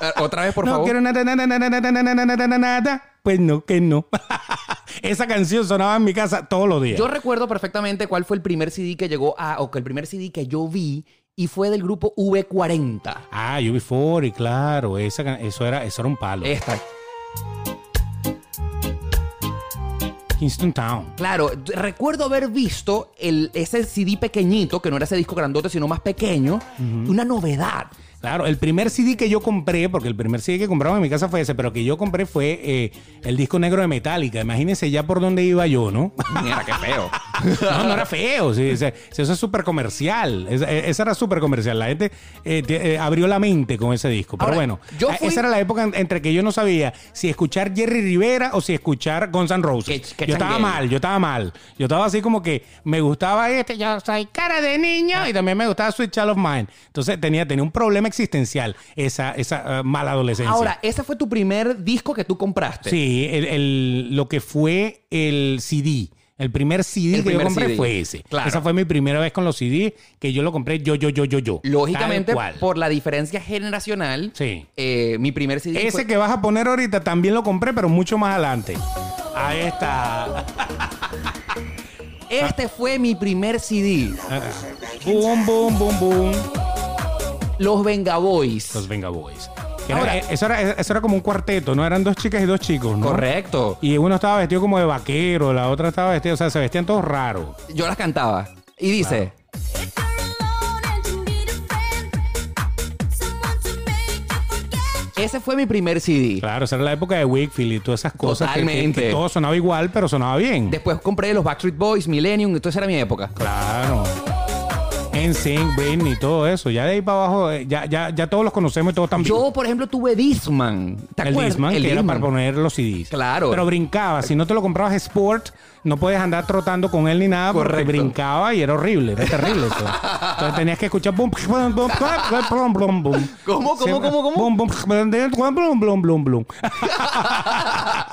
S1: Ah, Otra vez, por
S2: no
S1: favor.
S2: quiero nada, nada, nada, nada, nada, nada, nada, nada. Pues no, que no. Esa canción sonaba en mi casa todos los días.
S1: Yo recuerdo perfectamente cuál fue el primer CD que llegó a, o que el primer CD que yo vi y fue del grupo V40.
S2: Ah, UB40, claro. Esa, can- eso, era, eso era un palo.
S1: Esta.
S2: Kingston Town.
S1: Claro, t- recuerdo haber visto el, ese CD pequeñito, que no era ese disco grandote, sino más pequeño, una novedad.
S2: Claro, el primer CD que yo compré, porque el primer CD que compramos en mi casa fue ese, pero que yo compré fue eh, el disco negro de Metallica. Imagínense ya por dónde iba yo, ¿no?
S1: Mira, qué feo.
S2: No, no era feo. sí, o sea, eso es súper comercial. Esa, eh, esa era súper comercial. La gente eh, te- eh, abrió la mente con ese disco. Pero
S1: Ahora,
S2: bueno,
S1: yo
S2: a-
S1: fui-
S2: esa era la época en- entre que yo no sabía si escuchar Jerry Rivera o si escuchar Guns N' Roses.
S1: Que- que
S2: yo estaba
S1: changueño.
S2: mal, yo estaba mal. Yo estaba así como que me gustaba este, yo soy cara de niño y también me gustaba Sweet Child of Mine. Entonces tenía, tenía un problema existencial esa, esa eh, mala adolescencia.
S1: Ahora, ese fue tu primer disco que tú compraste.
S2: Sí, el, el- lo que fue el CD. El primer CD
S1: El
S2: que yo
S1: primer
S2: compré
S1: CD,
S2: fue ese.
S1: claro.
S2: Esa fue mi primera vez con los CD que yo lo compré yo, yo, yo, yo, yo.
S1: Lógicamente,
S2: Tal cual.
S1: por la diferencia generacional,
S2: Sí.
S1: eh, mi primer CD
S2: Ese
S1: fue-
S2: que vas a poner ahorita también lo compré, pero mucho más adelante. Ahí está.
S1: este fue mi primer CD.
S2: Ah. Boom, boom, boom, boom.
S1: Los Venga Boys.
S2: Los Venga Boys. Que era- eso, era, eso era como un cuarteto, ¿no? Eran dos chicas y dos chicos, ¿no?
S1: Correcto.
S2: Y uno estaba vestido como de vaquero, la otra estaba vestida, o sea, se vestían todos raros.
S1: Yo las cantaba. Y dice, ese fue mi primer CD.
S2: Claro, esa era la época de Wakefield y todas esas cosas. que- que-
S1: Totalmente.
S2: que todo sonaba igual, pero sonaba bien.
S1: Después compré los Backstreet Boys, Millennium, entonces era mi época.
S2: Claro. En Sync, Britney y todo eso. Ya de ahí para abajo, eh, ya, ya, ya todos los conocemos y todos también.
S1: Yo, por ejemplo, tuve Disman. ¿Te
S2: el
S1: acuerdas?
S2: Disman,
S1: El
S2: que era
S1: Discman.
S2: para poner los CDs.
S1: Claro.
S2: Pero brincaba. Si no te lo comprabas Sport, no podías andar trotando con él ni nada
S1: Correcto.
S2: porque brincaba y era horrible. Era terrible eso. Entonces tenías que escuchar. Bum, bum, bum, bum, bum, bum, bum.
S1: ¿Cómo, cómo, cómo, cómo?
S2: Bum, bum, bum, bum, bum, bum, bum.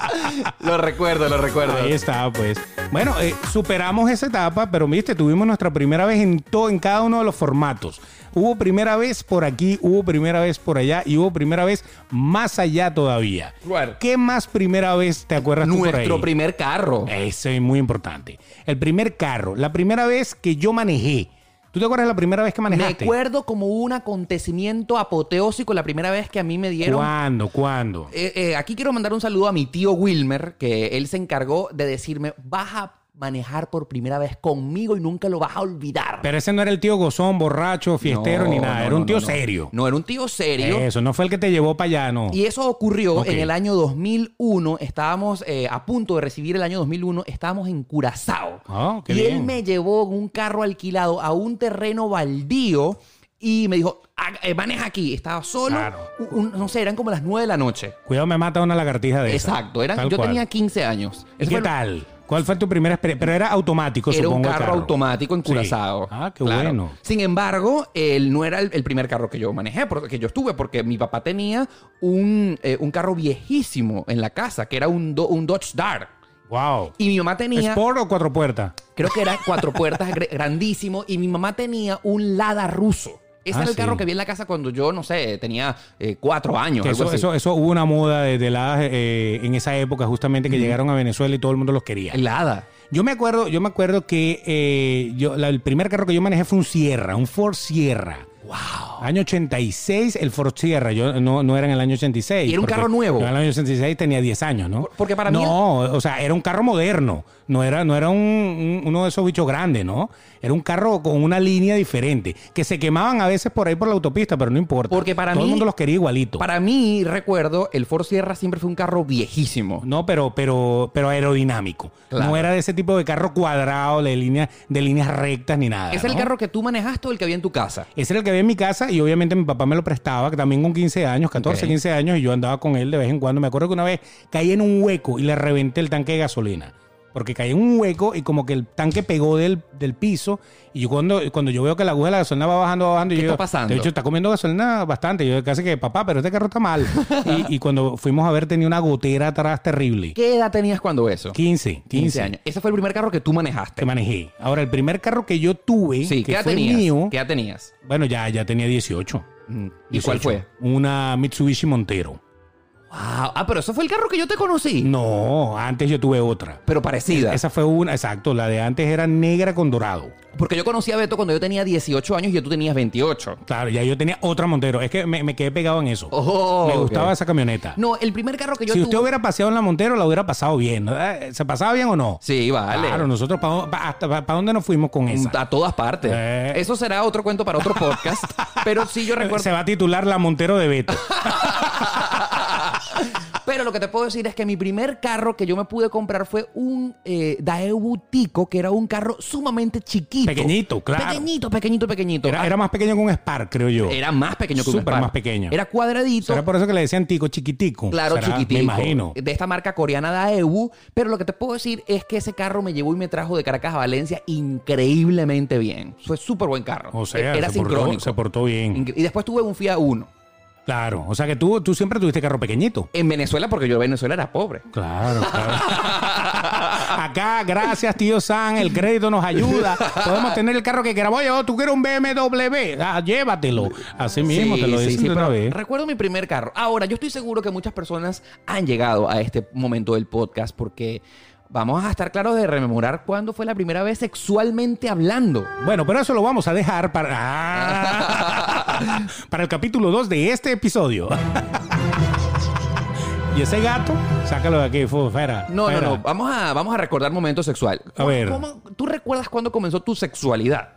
S1: Lo recuerdo, lo recuerdo.
S2: Ahí está, pues. Bueno, eh, superamos esa etapa, pero viste, tuvimos nuestra primera vez en todo, en cada uno de los formatos. Hubo primera vez por aquí, hubo primera vez por allá y hubo primera vez más allá todavía.
S1: Claro.
S2: ¿Qué más primera vez te acuerdas tú por ahí?
S1: Nuestro primer carro.
S2: Eso es muy importante. El primer carro, la primera vez que yo manejé. ¿Tú te acuerdas la primera vez que
S1: Me
S2: manejaste?
S1: acuerdo como un acontecimiento apoteósico la primera vez que a mí me dieron.
S2: ¿Cuándo? ¿Cuándo?
S1: Eh, eh, aquí quiero mandar un saludo a mi tío Wilmer, que él se encargó de decirme, vas a manejar por primera vez conmigo y nunca lo vas a olvidar.
S2: Pero ese no era el tío gozón, borracho, fiestero
S1: No,
S2: ni nada.
S1: no,
S2: era un
S1: no,
S2: tío
S1: no, no.
S2: serio.
S1: No, era un tío serio.
S2: Eso, no fue el que te llevó para allá, no.
S1: Y eso ocurrió
S2: Ok.
S1: en el año 2001. Estábamos eh, a punto de recibir el año 2001. Estábamos en Curazao.
S2: Ah, qué
S1: y él
S2: bien.
S1: me llevó en un carro alquilado a un terreno baldío y me dijo, "Ah, eh, maneja aquí. Estaba solo.
S2: Claro.
S1: Un- un- no sé, eran como las 9 de la noche.
S2: Cuidado, me mata una lagartija de esas.
S1: Exacto. eran-
S2: Tal
S1: yo
S2: cual.
S1: tenía 15 años.
S2: ¿Y
S1: Ese
S2: qué
S1: fue-
S2: tal? ¿Cuál fue tu primera experiencia? Pero era automático,
S1: Era
S2: supongo.
S1: un
S2: el
S1: carro, automático en
S2: Sí.
S1: Curazao.
S2: Ah, qué
S1: Claro.
S2: bueno.
S1: Sin embargo, él no era el, el primer carro que yo manejé, porque que yo estuve, porque mi papá tenía un, eh, un carro viejísimo en la casa, que era un, do- un Dodge Dart.
S2: Wow.
S1: Y mi mamá tenía,
S2: ¿Sport o cuatro puertas?
S1: creo que era cuatro puertas gr- grandísimo, y mi mamá tenía un Lada ruso. Ese
S2: Ah,
S1: era el
S2: sí.
S1: carro que vi en la casa cuando yo, no sé, tenía eh, cuatro años.
S2: Que
S1: algo
S2: eso,
S1: así.
S2: eso, eso hubo una moda de, de heladas, eh, en esa época, justamente que llegaron a Venezuela y todo el mundo los quería.
S1: El Lada.
S2: Yo me acuerdo, yo me acuerdo que eh, yo, la- el primer carro que yo manejé fue un Sierra, un Ford Sierra. Wow. Año 86, el Ford Sierra. Yo no, no era en el año 86.
S1: ¿Y era un
S2: porque
S1: carro nuevo?
S2: Yo en el año 86 tenía 10 años, ¿no?
S1: Por- porque para mí
S2: No, o sea, era un carro moderno. No era, no era un- un- uno de esos bichos grandes, ¿no? Era un carro con una línea diferente. Que se quemaban a veces por ahí por la autopista, pero no importa.
S1: Porque para
S2: Todo
S1: mí-
S2: el mundo los quería igualito.
S1: Para mí, recuerdo, el Ford Sierra siempre fue un carro viejísimo.
S2: No, pero, pero, pero aerodinámico.
S1: Claro.
S2: No era de ese tipo de carro cuadrado, de, línea, de líneas rectas ni nada.
S1: ¿Es el
S2: ¿no?
S1: carro que tú manejaste o el que había en tu casa?
S2: Ese era el que había en mi casa y obviamente mi papá me lo prestaba, que también con 15 años, 14,
S1: Ok.
S2: 15 años, y yo andaba con él de vez en cuando. Me acuerdo que una vez caí en un hueco y le reventé el tanque de gasolina. Porque caí en un hueco y como que el tanque pegó del, del piso. Y yo cuando, cuando yo veo que la aguja de la gasolina va bajando, va bajando.
S1: ¿Qué
S2: yo
S1: está
S2: digo,
S1: pasando?
S2: De hecho, está comiendo gasolina bastante. Yo casi que, papá, pero este carro está mal. y, y cuando fuimos a ver, tenía una gotera atrás terrible.
S1: ¿Qué edad tenías cuando eso?
S2: 15,
S1: 15 años. Ese fue el primer carro que tú manejaste.
S2: que manejé. Ahora, el primer carro que yo tuve,
S1: Sí,
S2: que
S1: ¿qué edad
S2: fue
S1: tenías?
S2: mío,
S1: ¿Qué edad tenías?
S2: bueno, ya, ya tenía 18.
S1: Mm, ¿Y cuál
S2: 18.
S1: fue?
S2: Una Mitsubishi Montero.
S1: Wow. Ah, pero eso fue el carro que yo te conocí.
S2: No, antes yo tuve otra.
S1: Pero parecida.
S2: Esa fue una, exacto, la de antes era negra con dorado.
S1: Porque yo conocí a Beto cuando yo tenía 18 años y tú tenías 28.
S2: Claro, ya yo tenía otra Montero. Es que me, me quedé pegado en eso.
S1: Oh,
S2: me
S1: ok.
S2: gustaba esa camioneta.
S1: No, el primer carro que yo
S2: si
S1: tuve.
S2: usted hubiera paseado en la Montero, la hubiera pasado bien. ¿no? Eh, ¿Se pasaba bien o no?
S1: Sí, Mm, vale.
S2: Claro, nosotros para dónde nos fuimos con esa.
S1: A todas partes.
S2: Eh.
S1: Eso será otro cuento para otro podcast. pero sí, yo recuerdo.
S2: Se va a titular La Montero de Beto.
S1: Pero lo que te puedo decir es que mi primer carro que yo me pude comprar fue un eh, Daewoo Tico, que era un carro sumamente chiquito.
S2: Pequeñito, claro.
S1: Pequeñito, pequeñito, pequeñito.
S2: Era,
S1: Ah,
S2: era más pequeño que un Spark, creo yo.
S1: era más pequeño que un
S2: Súper
S1: Spark.
S2: más pequeño.
S1: Era cuadradito.
S2: Será por eso que le decían tico chiquitico.
S1: Claro,
S2: Será,
S1: chiquitico. Eh,
S2: Me imagino.
S1: De esta marca coreana Daewoo. Pero lo que te puedo decir es que ese carro me llevó y me trajo de Caracas a Valencia increíblemente bien. Fue súper buen carro.
S2: O sea,
S1: era
S2: se, portó,
S1: sincrónico.
S2: se portó bien.
S1: Incre- Y después tuve un Fiat Uno
S2: Claro. O sea que tú, tú siempre tuviste carro pequeñito.
S1: En Venezuela, porque yo en Venezuela era pobre.
S2: Claro, claro. Acá, gracias, tío San, el crédito nos ayuda. Podemos tener el carro que queramos. Oye, oh, tú quieres un BMW, Ah, llévatelo. Así mismo, te lo dicen de una
S1: pero
S2: vez.
S1: Recuerdo mi primer carro. Ahora, yo estoy seguro que muchas personas han llegado a este momento del podcast porque vamos a estar claros de rememorar cuándo fue la primera vez sexualmente hablando.
S2: Bueno, pero eso lo vamos a dejar para, Ah, para el capítulo 2 de este episodio. ¿Y ese gato? Sácalo de aquí, fu- fuera.
S1: No, no,
S2: fuera.
S1: no. Vamos a, vamos a recordar momento sexual.
S2: A ver.
S1: ¿Cómo- ¿Tú recuerdas cuándo comenzó tu sexualidad?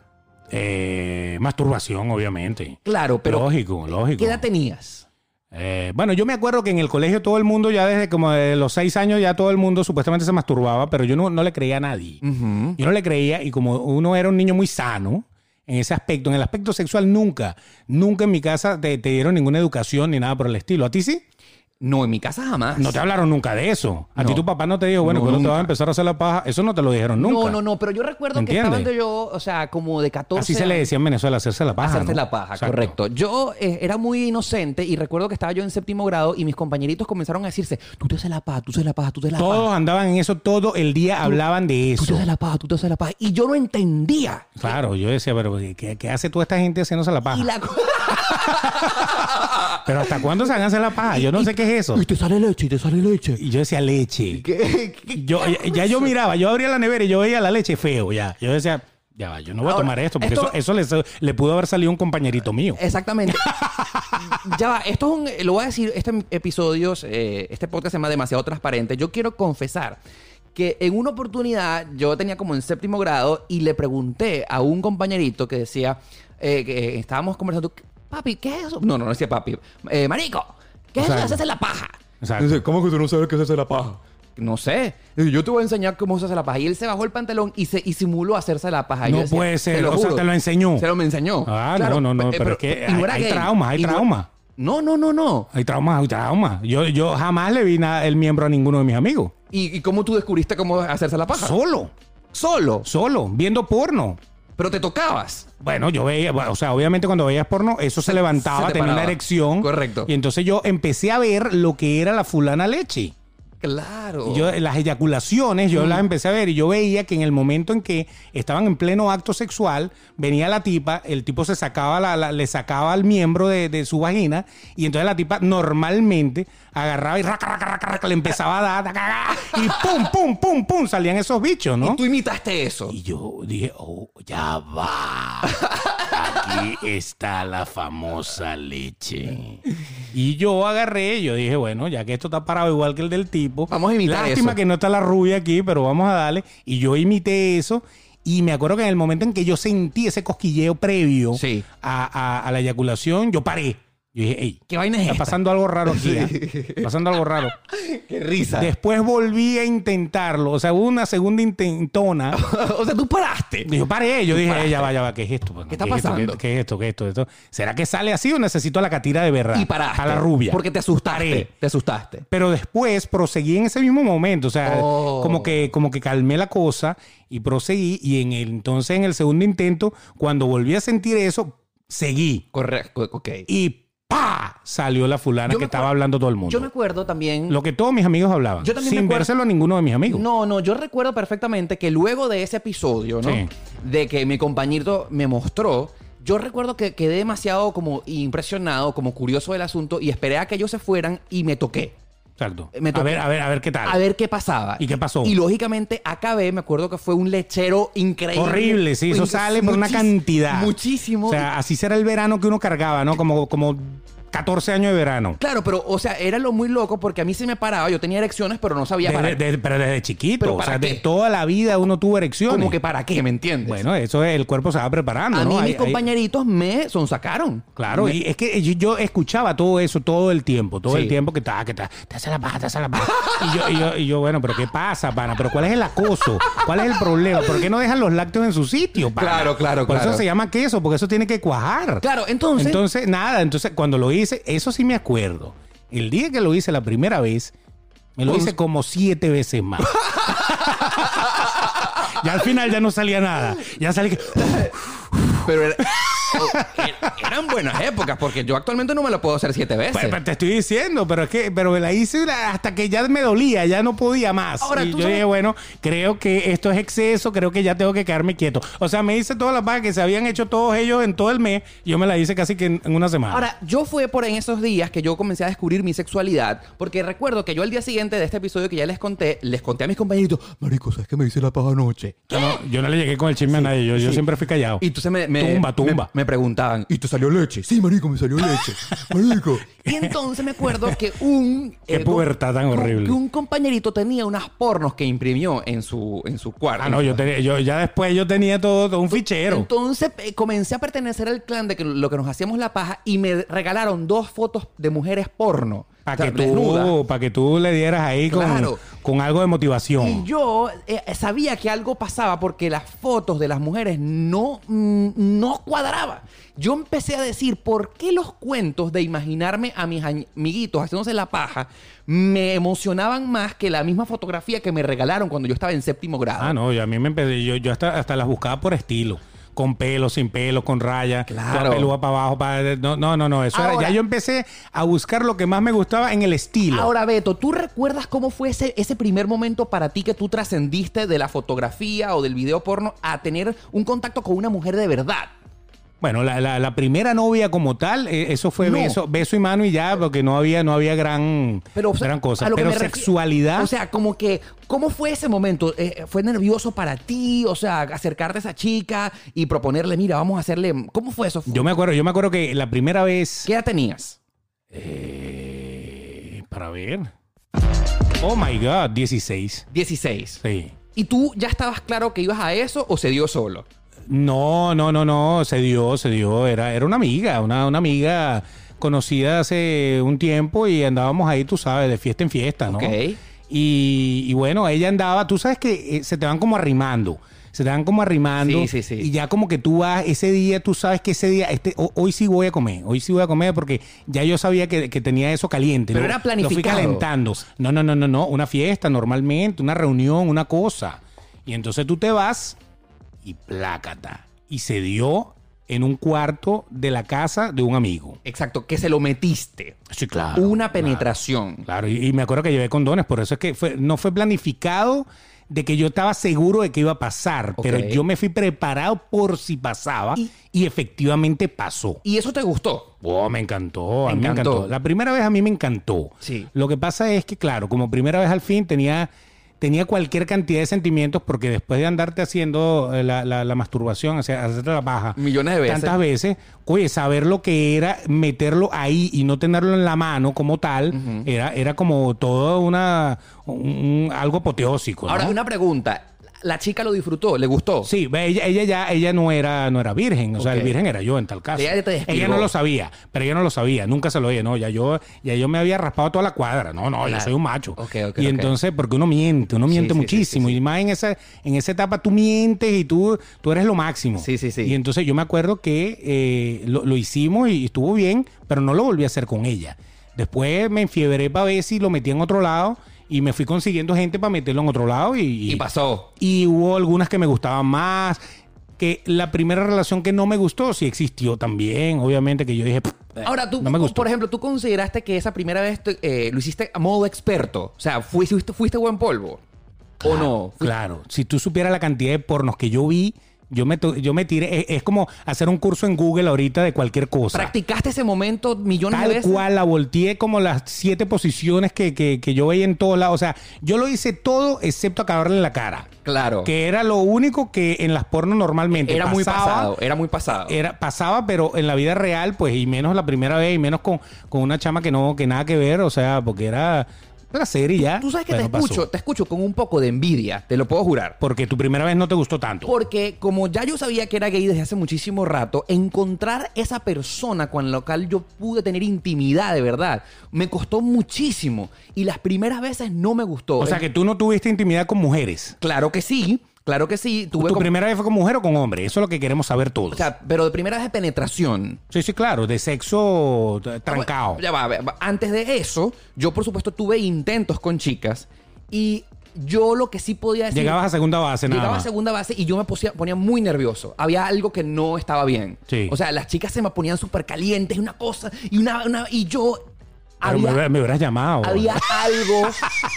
S2: Eh, masturbación, obviamente.
S1: Claro, pero.
S2: Lógico, lógico.
S1: ¿Qué edad tenías?
S2: Eh, bueno, yo me acuerdo que en el colegio todo el mundo, ya desde como de los seis años, ya todo el mundo supuestamente se masturbaba, pero yo no, no le creía a nadie. Yo no le creía y como uno era un niño muy sano en ese aspecto, en el aspecto sexual nunca, nunca en mi casa te, te dieron ninguna educación ni nada por el estilo. ¿A ti sí?
S1: No, en mi casa jamás.
S2: No te hablaron nunca de eso. A
S1: No.
S2: ti tu papá no te dijo, bueno,
S1: No,
S2: cuando te
S1: nunca.
S2: vas a empezar a hacer la paja, eso no te lo dijeron nunca.
S1: No, no, no, pero yo recuerdo que
S2: ¿Entiendes?
S1: estaba cuando yo, o sea, como de 14
S2: Así se le
S1: años.
S2: decía en Venezuela, hacerse la paja.
S1: Hacerse
S2: ¿no?
S1: la paja,
S2: Exacto.
S1: correcto. Yo eh, era muy inocente y recuerdo que estaba yo en séptimo grado y mis compañeritos comenzaron a decirse, tú te haces la paja, tú te haces la paja, tú te haces la
S2: Todos
S1: paja.
S2: andaban en eso todo el día, hablaban de
S1: Tú te
S2: eso.
S1: haces la paja, tú te haces la paja. Y yo no entendía.
S2: Claro, yo decía, pero ¿qué, qué hace toda esta gente haciéndose la paja?
S1: Y la...
S2: Pero ¿hasta cuándo se van a hacer la paja? Yo no sé qué es eso.
S1: Y te sale leche, y te sale leche.
S2: Y yo decía leche.
S1: ¿Qué? ¿Qué?
S2: Yo, ya, ya yo miraba, yo abría la nevera y yo veía la leche feo, ya. Yo decía, ya va, yo no voy
S1: Ahora,
S2: a tomar esto, porque
S1: esto- Eh,
S2: eso, eso le, le pudo haber salido un compañerito mío.
S1: Exactamente. ya va, esto es un, lo voy a decir, este episodio, eh, este podcast se llama demasiado transparente. Yo quiero confesar que en una oportunidad yo tenía como en séptimo grado y le pregunté a un compañerito que decía, eh, que estábamos conversando, papi, ¿qué es eso? No, no, no decía papi, eh, marico, ¿qué es eso? de
S2: Exacto.
S1: hacerse la paja.
S2: O sea, no,
S1: ¿Cómo que tú no sabes qué es hacer la paja? No sé. Yo te voy a enseñar cómo se hace la paja. Y él se bajó el pantalón y, se, y simuló hacerse la paja. Y yo decía,
S2: puede ser,
S1: "Te lo
S2: o sea,
S1: juro".
S2: te lo enseñó.
S1: Se lo me enseñó.
S2: Ah,
S1: Claro,
S2: no, no, no,
S1: pe-
S2: pero, es que
S1: y
S2: hay,
S1: no era
S2: hay
S1: gay.
S2: trauma, hay
S1: Y no-
S2: trauma.
S1: No, no, no, no.
S2: Hay trauma, hay trauma. Yo, yo jamás le vi nada, el miembro a ninguno de mis amigos.
S1: ¿Y, y cómo tú descubriste cómo hacerse la paja?
S2: Solo,
S1: Solo.
S2: solo, viendo porno.
S1: Pero te tocabas.
S2: Bueno, yo veía, bueno, o sea, obviamente cuando veías porno, eso se, levantaba,
S1: se te
S2: tenía una
S1: paraba.
S2: erección.
S1: Correcto.
S2: Y entonces yo empecé a ver lo que era la fulana leche.
S1: Claro.
S2: Y yo, las eyaculaciones,
S1: Mm.
S2: yo las empecé a ver y yo veía que en el momento en que estaban en pleno acto sexual, venía la tipa, el tipo se sacaba la, la- le sacaba al miembro de, de su vagina y entonces la tipa normalmente agarraba y raca, raca, raca, raca, le empezaba a dar taca, taca, y pum, pum, pum, pum, salían esos bichos, ¿no?
S1: Y tú imitaste eso.
S2: Y yo dije, oh, ya va. Aquí está la famosa leche. Y yo agarré, yo dije, bueno, ya que esto está parado igual que el del tipo.
S1: Vamos a imitar
S2: Lástima
S1: eso.
S2: que no está la rubia aquí, pero vamos a darle. Y yo imité eso. Y me acuerdo que en el momento en que yo sentí ese cosquilleo previo
S1: Sí.
S2: a, a- a la eyaculación, yo paré. Yo dije, hey,
S1: ¿Qué vaina es
S2: está
S1: esta?
S2: pasando algo raro aquí. ¿eh? Pasando algo raro.
S1: Qué risa.
S2: Después volví a intentarlo. O sea, hubo una segunda intentona.
S1: o sea, tú paraste.
S2: Yo paré, yo dije, "Eh, ya va, ya va, ¿qué es esto?
S1: ¿Qué está
S2: es esto?
S1: pasando?
S2: ¿Qué, qué es esto? ¿Qué es esto? esto? ¿Será que sale así o necesito a la catira de verdad?
S1: Y paraste.
S2: A la rubia.
S1: Porque te asustaste.
S2: Paré.
S1: Te asustaste.
S2: Pero después proseguí en ese mismo momento, o sea,
S1: Oh.
S2: como, que, como que calmé la cosa y proseguí. Y en el, entonces en el segundo intento, cuando volví a sentir eso, seguí.
S1: Correcto. Ok.
S2: Y ¡pa! Salió la fulana
S1: Yo me
S2: que estaba
S1: acuer-
S2: hablando todo el mundo.
S1: Yo me acuerdo también.
S2: Lo que todos mis amigos hablaban.
S1: Yo también me
S2: sin
S1: acuerdo-
S2: vérselo a ninguno de mis amigos.
S1: No, no, yo recuerdo perfectamente que luego de ese episodio, ¿no?
S2: Sí.
S1: De que mi compañero me mostró, yo recuerdo que quedé demasiado como impresionado, como curioso del asunto y esperé a que ellos se fueran y me toqué.
S2: Exacto.
S1: Me tocó-
S2: a ver, a ver, a ver qué tal.
S1: a ver qué pasaba.
S2: ¿Y qué pasó?
S1: Y lógicamente acabé, me acuerdo que fue un lechero increíble.
S2: Horrible, sí, eso
S1: Muchis-
S2: sale por una cantidad.
S1: Muchísimo.
S2: O sea, así será el verano que uno cargaba, ¿no? Como, como 14 años de verano.
S1: claro, pero, o sea, era lo muy loco porque a mí se me paraba, yo tenía erecciones, pero no sabía para
S2: Desde- desde- pero desde chiquito,
S1: ¿Pero
S2: o
S1: para
S2: sea, de
S1: qué?
S2: toda la vida uno tuvo erecciones.
S1: Como que para qué, ¿me entiendes?
S2: bueno, eso es, el cuerpo se va preparando,
S1: a
S2: ¿no?
S1: mí
S2: Hay-
S1: mis
S2: hay-
S1: compañeritos me sonsacaron.
S2: Claro,
S1: Me-
S2: y es que yo, yo escuchaba todo eso todo el tiempo, todo
S1: Sí.
S2: el tiempo que estaba, que ta, te hace la paja, te hace la paja. Y yo, y yo, y yo, bueno, pero ¿qué pasa, pana? ¿Pero cuál es el acoso? ¿Cuál es el problema? ¿Por qué no dejan los lácteos en su sitio, pana?
S1: Claro, claro,
S2: Por
S1: claro.
S2: eso se llama queso, porque eso tiene que cuajar.
S1: Claro, entonces-
S2: Entonces, nada, entonces cuando lo hice, eso sí me acuerdo. El día que lo hice la primera vez, me lo hice como siete veces más. Ya al final ya no salía nada. Ya salí que...
S1: Pero era- er- eran buenas épocas porque yo actualmente no me lo puedo hacer siete veces.
S2: Pues, pues, te estoy diciendo, pero es que pero me la hice la- hasta que ya me dolía, ya no podía más.
S1: Ahora,
S2: y
S1: tú
S2: yo
S1: sabes-
S2: dije, bueno, creo que esto es exceso, creo que ya tengo que quedarme quieto. O sea, me hice todas las pagas que se habían hecho todos ellos en todo el mes, yo me la hice casi que en, en una semana.
S1: Ahora, yo fue por en esos días que yo comencé a descubrir mi sexualidad, porque recuerdo que yo al día siguiente de este episodio que ya les conté, les conté a mis compañeritos, marico, ¿sabes qué me hice la paja anoche?
S2: yo, no, yo no le llegué con el chisme a nadie, yo, yo siempre fui callado.
S1: Y entonces me, me-
S2: Tumba, tumba.
S1: Me, me preguntaban, ¿y te salió leche? Sí, marico, me salió leche. Marico. y entonces me acuerdo que un...
S2: Qué pubertad tan
S1: que un-
S2: horrible.
S1: Que un compañerito tenía unas pornos que imprimió en su, en su cuarto.
S2: ah, no, yo, tenía, yo ya después yo tenía todo, todo un fichero.
S1: Entonces eh, comencé a pertenecer al clan de que lo que nos hacíamos la paja y me regalaron dos fotos de mujeres porno.
S2: para
S1: O sea,
S2: que,
S1: desnudas.
S2: tú- pa' que tú le dieras ahí con,
S1: Claro.
S2: con algo de motivación.
S1: Y yo eh, sabía que algo pasaba porque las fotos de las mujeres no, mm, no cuadraba. Yo empecé a decir, ¿por qué los cuentos de imaginarme a mis añ- amiguitos haciéndose la paja me emocionaban más que la misma fotografía que me regalaron cuando yo estaba en séptimo grado?
S2: Ah, no, yo a mí me empecé, yo, yo hasta, hasta las buscaba por estilo. Con pelo, sin pelo, con raya,
S1: Claro.
S2: toda pelúa para abajo, para... No, no, no, no, eso era-
S1: Ahora-
S2: Ya yo empecé a buscar lo que más me gustaba en el estilo.
S1: Ahora, Beto, ¿tú recuerdas cómo fue ese, ese primer momento para ti que tú trascendiste de la fotografía o del video porno a tener un contacto con una mujer de verdad?
S2: Bueno, la, la- la primera novia como tal, eh, eso fue
S1: No.
S2: beso, beso y mano y ya, porque no había, no había gran,
S1: Pero, o sea,
S2: gran cosa.
S1: a lo que
S2: Pero
S1: me refi-
S2: sexualidad...
S1: O sea, como que, ¿cómo fue ese momento? Eh, ¿Fue nervioso para ti? O sea, acercarte a esa chica y proponerle, mira, vamos a hacerle. ¿Cómo fue eso?
S2: yo me acuerdo, yo me acuerdo que la primera vez...
S1: ¿Qué edad tenías?
S2: Eh, para ver. Oh my God, 16.
S1: 16.
S2: Sí.
S1: ¿Y tú ya estabas claro que ibas a eso o se dio solo?
S2: No, no, no, no, se dio, se dio. Era, era una amiga, una, una amiga conocida hace un tiempo y andábamos ahí, tú sabes, de fiesta en fiesta, ¿no?
S1: Ok.
S2: Y, y bueno, ella andaba, tú sabes que eh, se te van como arrimando. Se te van como arrimando.
S1: Sí, sí, sí.
S2: Y ya como que tú vas ese día, tú sabes que ese día, este, ho- hoy sí voy a comer, hoy sí voy a comer porque ya yo sabía que, que tenía eso caliente.
S1: Pero
S2: ¿no?
S1: era
S2: Lo fui
S1: planificado.
S2: calentando. No, no, no, no, no. Una fiesta normalmente, una reunión, una cosa. Y entonces tú te vas y plácata. Y se dio en un cuarto de la casa de un amigo.
S1: Exacto, que se lo metiste.
S2: Sí, claro.
S1: una
S2: claro.
S1: penetración.
S2: Claro, y, y me acuerdo que llevé condones, por eso es que fue- no fue planificado de que yo estaba seguro de que iba a pasar,
S1: Ok.
S2: pero yo me fui preparado por si pasaba
S1: Y-
S2: y, efectivamente pasó.
S1: ¿Y eso te gustó?
S2: Oh, me encantó, a
S1: Me
S2: mí
S1: encantó.
S2: me encantó. La primera vez a mí me encantó.
S1: Sí.
S2: Lo que pasa es que, claro, como primera vez al fin tenía, tenía cualquier cantidad de sentimientos porque después de andarte haciendo eh, la, la- la masturbación, o sea, hacerte la paja.
S1: Millones de veces.
S2: Tantas veces. Oye, saber lo que era meterlo ahí y no tenerlo en la mano como tal, era, era como todo una, un- un- algo apoteósico. ¿no?
S1: Ahora, una pregunta. ¿La chica lo disfrutó? ¿Le gustó?
S2: Sí, ve, ella, ella ya ella no era no era virgen, o sea,
S1: Ok.
S2: el virgen era yo en tal caso.
S1: Ella ya te despegó.
S2: no lo sabía, pero ella no lo sabía, nunca se lo oye, no, ya yo ya yo me había raspado toda la cuadra, no, no,
S1: Claro.
S2: yo soy un macho.
S1: Ok, ok,
S2: y
S1: ok.
S2: entonces porque uno miente, uno
S1: sí,
S2: miente
S1: sí,
S2: muchísimo
S1: sí, sí.
S2: y más en esa en esa etapa tú mientes y tú tú eres lo máximo.
S1: Sí, sí, sí.
S2: Y entonces yo me acuerdo que eh, lo, lo hicimos y estuvo bien, pero no lo volví a hacer con ella. Después me enfiebré para ver si lo metí en otro lado y me fui consiguiendo gente para meterlo en otro lado y,
S1: Y pasó.
S2: y hubo algunas que me gustaban más. Que la primera relación que no me gustó sí existió también, obviamente, que yo dije. "Pff,
S1: Ahora, tú,
S2: Eh, no me gustó.
S1: por ejemplo, tú consideraste que esa primera vez te- eh, lo hiciste a modo experto. O sea, fuiste, fuiste, fuiste buen polvo. ¿O no?
S2: Claro, si tú supieras la cantidad de pornos que yo vi Yo me, tu- yo me tiré, es, es como hacer un curso en Google ahorita de cualquier cosa.
S1: ¿Practicaste ese momento millones de
S2: Tal
S1: veces?
S2: cual, la volteé como las siete posiciones que, que- que yo veía en todos lados. O sea, yo lo hice todo excepto acabarle en la cara.
S1: Claro.
S2: Que era lo único que en las pornos normalmente
S1: Era muy
S2: pasaba.
S1: pasado, era muy pasado.
S2: Era, pasaba, pero en la vida real, pues, y menos la primera vez, y menos con, con una chama que no, que nada que ver, o sea, porque era placer y ya.
S1: Tú sabes que
S2: Pero
S1: te
S2: pasó.
S1: escucho, te escucho con un poco de envidia, te lo puedo jurar.
S2: Porque tu primera vez no te gustó tanto.
S1: Porque como ya yo sabía que era gay desde hace muchísimo rato, encontrar esa persona con la cual yo pude tener intimidad de verdad, me costó muchísimo. Y las primeras veces no me gustó.
S2: o sea, que tú no tuviste intimidad con mujeres.
S1: Claro que sí, claro que sí. Tuve
S2: ¿Tu
S1: como-
S2: primera vez fue con mujer o con hombre? Eso es lo que queremos saber todos.
S1: O sea, pero de primera vez de penetración.
S2: sí, sí, claro, de sexo eh, trancado.
S1: Ah, Ya va, a ver, va. antes de eso, yo por supuesto tuve intentos con chicas y yo lo que sí podía decir...
S2: Llegabas a segunda base, nada
S1: Llegaba a
S2: más.
S1: segunda base y yo me posía- ponía muy nervioso. Había algo que no estaba bien.
S2: Sí.
S1: O sea, las chicas se me ponían súper calientes, una cosa, y una, una- y yo
S2: Pero me,
S1: había,
S2: hubiera- me hubieras llamado.
S1: había algo,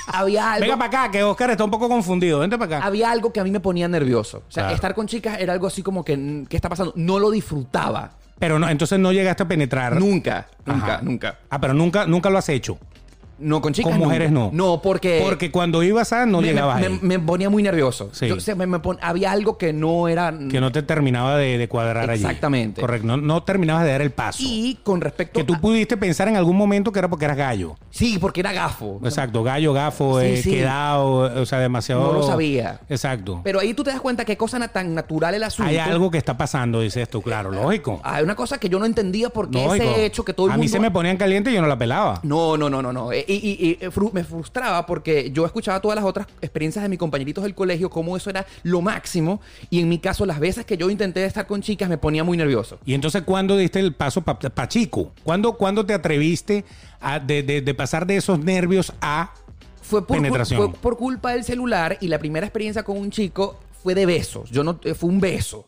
S1: había algo.
S2: Venga para acá, que Oscar está un poco confundido. Vente para acá.
S1: Había algo que a mí me ponía nervioso. O sea,
S2: Claro.
S1: estar con chicas era algo así como que, mm, ¿qué está pasando? No lo disfrutaba.
S2: Pero no, entonces no llegaste a penetrar.
S1: Nunca, nunca,
S2: Ajá.
S1: nunca.
S2: Ah, pero nunca, nunca lo has hecho.
S1: No, con chicas.
S2: Con
S1: nunca.
S2: mujeres no.
S1: No, porque.
S2: Porque cuando ibas a no
S1: Eh, me,
S2: llegabas
S1: me,
S2: ahí.
S1: me ponía muy nervioso.
S2: Sí.
S1: Yo- o sea, me- me pon- había algo que no era.
S2: que no te terminaba de, de cuadrar allí.
S1: Exactamente.
S2: Correcto. No, no terminabas de dar el paso.
S1: Y con respecto
S2: que tú
S1: a-
S2: pudiste pensar en algún momento que era porque eras gallo.
S1: Sí, porque era gafo.
S2: Exacto, gallo, gafo,
S1: Sí,
S2: eh,
S1: sí.
S2: quedado, o sea, demasiado.
S1: No lo sabía.
S2: Exacto.
S1: Pero ahí tú te das cuenta qué cosa na- tan natural el asunto.
S2: Hay algo que está pasando, dices tú, claro, lógico.
S1: Hay una cosa que yo no entendía porque
S2: Lógico.
S1: ese hecho Ah, que todo el
S2: a
S1: mundo.
S2: mí se me ponían caliente y yo no la pelaba.
S1: No, no, no, no, no. E- Y, y- y fru- me frustraba porque yo escuchaba todas las otras experiencias de mis compañeritos del colegio, cómo eso era lo máximo. Y en mi caso, las veces que yo intenté estar con chicas me ponía muy nervioso.
S2: Y entonces, ¿cuándo diste el paso para chico? ¿Cuándo, cuándo te atreviste a, de, de- de pasar de esos nervios a
S1: Fue por, cul-
S2: Penetración.
S1: fue por culpa del celular y la primera experiencia con un chico fue de besos. Yo no, eh, fue un beso.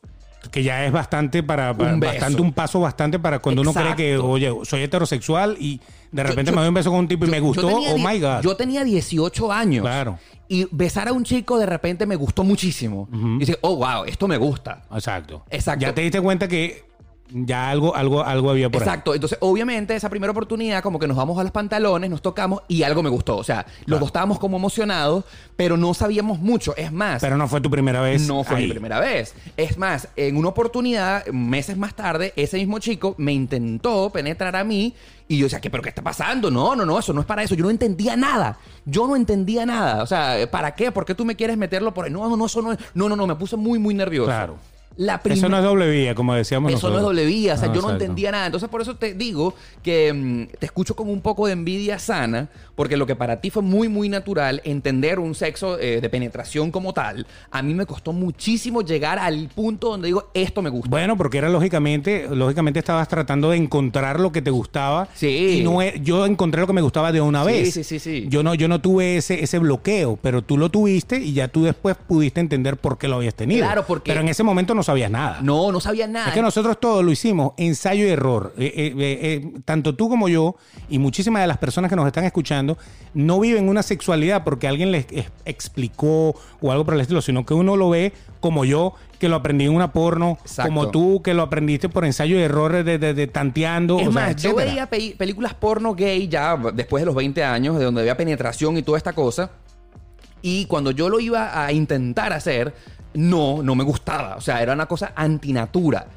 S2: que ya es bastante para, para-
S1: Un beso.
S2: bastante un paso bastante para cuando uno cree que
S1: Exacto.
S2: oye soy heterosexual y de repente
S1: yo-
S2: me doy un beso con un tipo y
S1: Yo-
S2: me
S1: yo
S2: gustó
S1: tenía
S2: oh
S1: die-
S2: my god
S1: Yo tenía 18 años.
S2: Claro.
S1: Y besar a un chico de repente me gustó muchísimo. Y dice, oh, wow, esto me gusta.
S2: exacto
S1: Exacto.
S2: ya te diste cuenta que ya algo algo algo había por ahí.
S1: Exacto. Entonces, obviamente, esa primera oportunidad, como que nos vamos a los pantalones, nos tocamos y algo me gustó. O sea, los dos estábamos como emocionados, pero no sabíamos mucho. Es más,
S2: pero no fue tu primera vez
S1: no fue
S2: ahí.
S1: mi primera vez. Es más, en una oportunidad, meses más tarde, ese mismo chico me intentó penetrar a mí y yo decía, ¿qué, ¿pero qué está pasando? No, no, no, eso no es para eso. Yo no entendía nada. Yo no entendía nada. O sea, ¿para qué? ¿Por qué tú me quieres meterlo por ahí? No, no, no, eso no es- No, no, no, me puse muy, muy nervioso.
S2: Claro.
S1: La
S2: eso no
S1: primera...
S2: es doble vía como decíamos
S1: Eso no es
S2: nosotros.
S1: doble vía, o sea,
S2: Ah,
S1: yo no
S2: exacto.
S1: entendía nada. Entonces, por eso te digo que mm, te escucho con un poco de envidia sana, porque lo que para ti fue muy, muy natural, entender un sexo eh, de penetración como tal, a mí me costó muchísimo llegar al punto donde digo, esto me gusta.
S2: Bueno, porque era lógicamente, lógicamente estabas tratando de encontrar lo que te gustaba.
S1: Sí.
S2: Y no, e- yo encontré lo que me gustaba de una
S1: Sí,
S2: vez.
S1: sí, sí, sí.
S2: Yo no, yo no tuve ese, ese bloqueo, pero tú lo tuviste y ya tú después pudiste entender por qué lo habías tenido.
S1: Claro, porque-
S2: Pero en ese momento no sabías nada.
S1: No, no sabía nada.
S2: Es que nosotros todo lo hicimos, ensayo y error. Eh, eh, eh, eh, tanto tú como yo y muchísimas de las personas que nos están escuchando no viven una sexualidad porque alguien les ex- explicó o algo por el estilo, sino que uno lo ve como yo, que lo aprendí en una porno,
S1: Exacto.
S2: como tú, que lo aprendiste por ensayo y error de, de- de tanteando.
S1: Es
S2: o sea,
S1: más, yo
S2: etcétera.
S1: veía pe- películas porno gay ya después de los 20 años, de donde había penetración y toda esta cosa. Y cuando yo lo iba a intentar hacer, no, no me gustaba. O sea, era una cosa antinatura.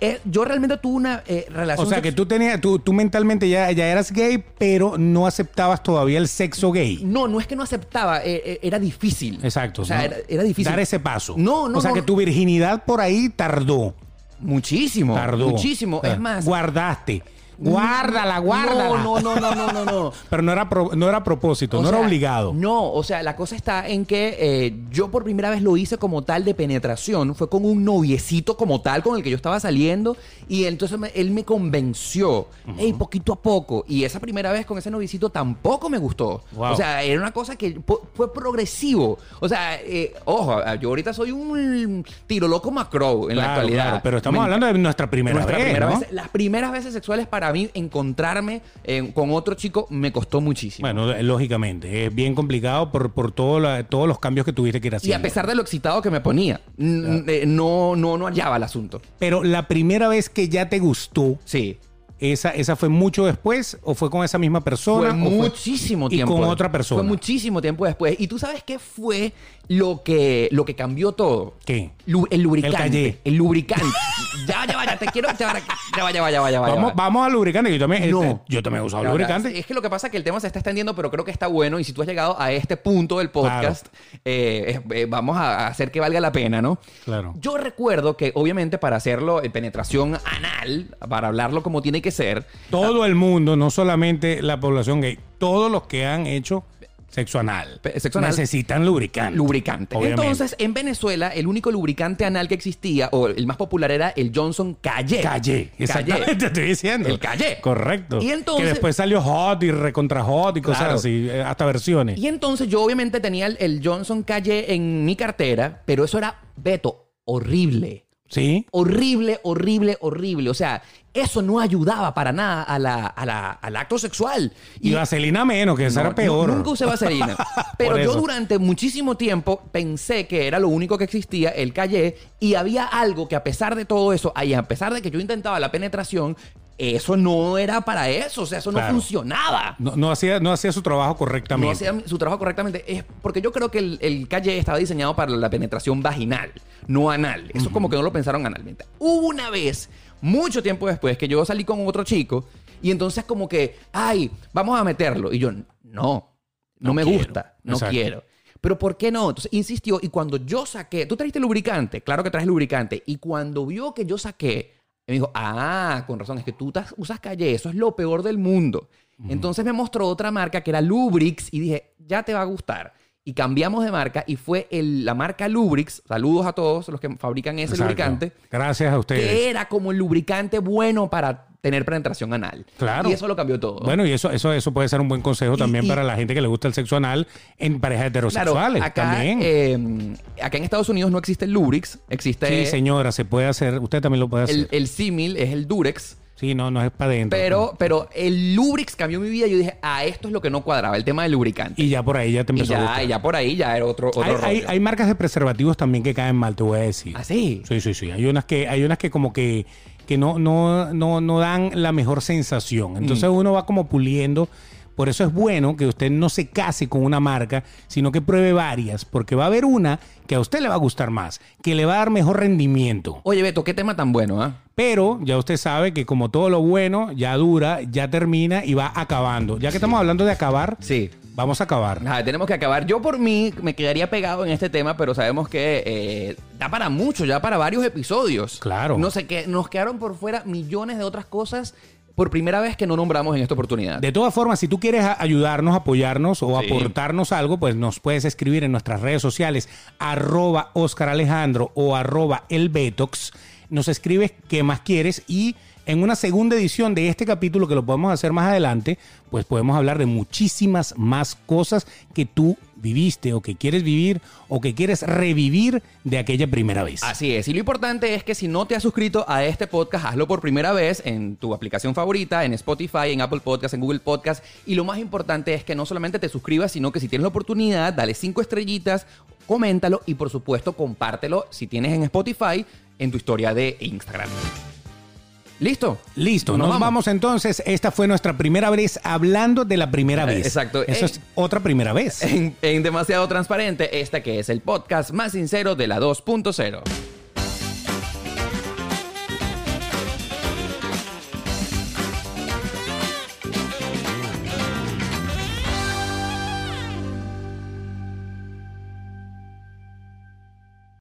S1: Eh, yo realmente tuve una eh,
S2: Mm. O
S1: relación.
S2: sea, que
S1: sex-
S2: tú, tenías, tú, tú mentalmente ya, ya eras gay, pero no aceptabas todavía el sexo gay.
S1: No, no es que no aceptaba, eh, eh, era difícil.
S2: Exacto.
S1: O sea,
S2: ¿no?
S1: era, era difícil.
S2: Dar ese paso.
S1: No, no.
S2: O sea,
S1: no.
S2: que tu virginidad por ahí tardó.
S1: Muchísimo.
S2: Tardó.
S1: Muchísimo.
S2: Ah.
S1: Es más.
S2: Guardaste. Guárdala, guárdala.
S1: No, no, no, no, no, no. no.
S2: Pero no era, pro- no era a propósito,
S1: O
S2: no
S1: sea,
S2: era obligado.
S1: No, o sea, la cosa está en que eh, yo por primera vez lo hice como tal de penetración. Fue con un noviecito como tal con el que yo estaba saliendo. Y entonces me- él me convenció. Ey, poquito a poco. Y esa primera vez con ese noviecito tampoco me gustó.
S2: Wow.
S1: O sea, era una cosa que po- fue progresivo. O sea, eh, ojo, yo ahorita soy un tiro loco macro en la
S2: Claro,
S1: actualidad.
S2: claro, pero estamos
S1: Me-
S2: hablando de nuestra primera
S1: nuestra
S2: vez.
S1: primera
S2: ¿no?
S1: vez- las primeras veces sexuales para para mí encontrarme eh, con otro chico me costó muchísimo.
S2: Bueno, eh, lógicamente, es bien complicado por, por todo la- todos los cambios que tuviste que ir
S1: y
S2: haciendo.
S1: a pesar de lo excitado que me ponía, n- eh, no, no, no hallaba el asunto.
S2: Pero la primera vez que ya te gustó,
S1: Sí.
S2: esa, esa fue mucho después o fue con esa misma persona.
S1: Fue
S2: o fue-
S1: muchísimo
S2: y
S1: tiempo.
S2: con
S1: de-
S2: otra persona.
S1: Fue muchísimo tiempo después. Y tú sabes qué fue lo que, lo que cambió todo.
S2: ¿Qué?
S1: Lu- el
S2: El
S1: lubricante.
S2: Calle.
S1: El, lubricante. ya, va, ya, va, ya, te quiero. Ya, va, ya, va, ya, va, ya, va, ya, va, ya
S2: Vamos,
S1: va.
S2: vamos al lubricante. Yo también,
S1: No.
S2: este, yo también he usado
S1: Ya,
S2: lubricante.
S1: Es que lo que pasa es que el tema se está extendiendo, pero creo que está bueno. Y si tú has llegado a este punto del podcast, eh, es- eh, vamos a hacer que valga la pena, ¿no?
S2: Claro.
S1: Yo recuerdo que, obviamente, para hacerlo en penetración anal, para hablarlo como tiene que ser,
S2: Todo el mundo, no solamente la población gay, todos los que han hecho sexo anal,
S1: Pe- sexo anal.
S2: necesitan lubricante.
S1: lubricante.
S2: Obviamente.
S1: Entonces, en Venezuela, el único lubricante anal que existía, o el más popular, era el Johnson Calle.
S2: Calle, exactamente te estoy diciendo.
S1: El Calle.
S2: Correcto.
S1: Y entonces-
S2: Que después salió hot y recontra hot y cosas
S1: Claro.
S2: así, eh, hasta versiones.
S1: Y entonces yo obviamente tenía el, el Johnson Calle en mi cartera, pero eso era, Beto, horrible.
S2: Sí.
S1: Horrible, horrible, horrible. O sea, eso no ayudaba para nada a la, a la- al acto sexual.
S2: Y, vaselina menos, que esa
S1: No,
S2: era peor.
S1: Nunca usé vaselina. Pero
S2: Por
S1: yo
S2: eso.
S1: durante muchísimo tiempo pensé que era lo único que existía, el calle, y había algo que a pesar de todo eso, y a pesar de que yo intentaba la penetración, eso no era para eso, o sea, eso no
S2: Claro.
S1: funcionaba.
S2: No, no hacía, no hacía su trabajo correctamente.
S1: No hacía su trabajo correctamente. Es porque yo creo que el, el calle estaba diseñado para la penetración vaginal, no anal. Eso como que no lo pensaron analmente. Hubo una vez, mucho tiempo después, que yo salí con otro chico y entonces como que, ay, vamos a meterlo. Y yo, no, no, me
S2: quiero.
S1: gusta, no
S2: Exacto.
S1: quiero. Pero ¿por qué no? Entonces insistió y cuando yo saqué, tú trajiste lubricante, claro que traes lubricante, y cuando vio que yo saqué, me dijo, ah, con razón, es que tú tas- usas calle, eso es lo peor del mundo. Entonces me mostró otra marca que era Lubrix y dije, ya te va a gustar. Y cambiamos de marca y fue el- la marca Lubrix, saludos a todos los que fabrican ese
S2: Exacto.
S1: lubricante,
S2: Gracias a
S1: que
S2: ustedes.
S1: era como el lubricante bueno para tener penetración anal.
S2: Claro.
S1: Y eso lo cambió todo.
S2: Bueno, y eso, eso, eso puede ser un buen consejo
S1: Y-
S2: también
S1: y-
S2: para la gente que le gusta el sexo anal en parejas heterosexuales
S1: acá,
S2: también.
S1: eh, acá en Estados Unidos no existe el Lubrix, existe
S2: sí, señora, se puede hacer. Usted también lo puede hacer.
S1: el, el símil, es el Durex.
S2: sí, no, no es para adentro.
S1: Pero, pero el Lubrix cambió mi vida. Yo dije, ah, esto es lo que no cuadraba, el tema del lubricante.
S2: pues. Y ya por ahí ya te
S1: Y,
S2: empezó a
S1: ya,
S2: gustar.
S1: ya por ahí ya era otro, otro
S2: Hay, hay-
S1: rollo.
S2: hay marcas de preservativos también que caen mal, te voy a decir.
S1: ¿Ah, sí?
S2: Sí, sí, sí. Hay unas que, hay unas que como que, que no, no, no, no dan la mejor sensación.
S1: Mm.
S2: Entonces uno va como puliendo. Por eso es bueno que usted no se case con una marca, sino que pruebe varias, porque va a haber una que a usted le va a gustar más, que le va a dar mejor rendimiento.
S1: Oye, Beto, qué tema tan bueno, ¿ah?
S2: Pero ya usted sabe que como todo lo bueno, ya dura, ya termina y va acabando. Ya que estamos hablando de acabar,
S1: Sí.
S2: vamos a acabar.
S1: Nada, tenemos que acabar. Yo por mí me quedaría pegado en este tema, pero sabemos que eh, da para mucho, ya para varios episodios.
S2: Claro.
S1: No sé qué, nos quedaron por fuera millones de otras cosas por primera vez que no nombramos en esta oportunidad.
S2: De todas formas, si tú quieres a- ayudarnos, apoyarnos o
S1: Sí.
S2: aportarnos algo, pues nos puedes escribir en nuestras redes sociales, arroba Oscar Alejandro o arroba el Betox. Nos escribes qué más quieres y en una segunda edición de este capítulo que lo podemos hacer más adelante, pues podemos hablar de muchísimas más cosas que tú viviste o que quieres vivir o que quieres revivir de aquella primera vez.
S1: Así es, y lo importante es que si no te has suscrito a este podcast, hazlo por primera vez en tu aplicación favorita, en Spotify, en Apple Podcast, en Google Podcast. Y lo más importante es que no solamente te suscribas, sino que si tienes la oportunidad, dale cinco estrellitas, coméntalo y por supuesto compártelo si tienes en Spotify, en tu historia de Instagram. ¿Listo?
S2: Listo,
S1: Nos
S2: nos, vamos. entonces. Esta fue nuestra primera vez hablando de la primera
S1: Eh,
S2: vez.
S1: exacto.
S2: Eso
S1: Eh.
S2: es otra primera vez.
S1: En, en Demasiado Transparente, este que es el podcast más sincero de la 2.0.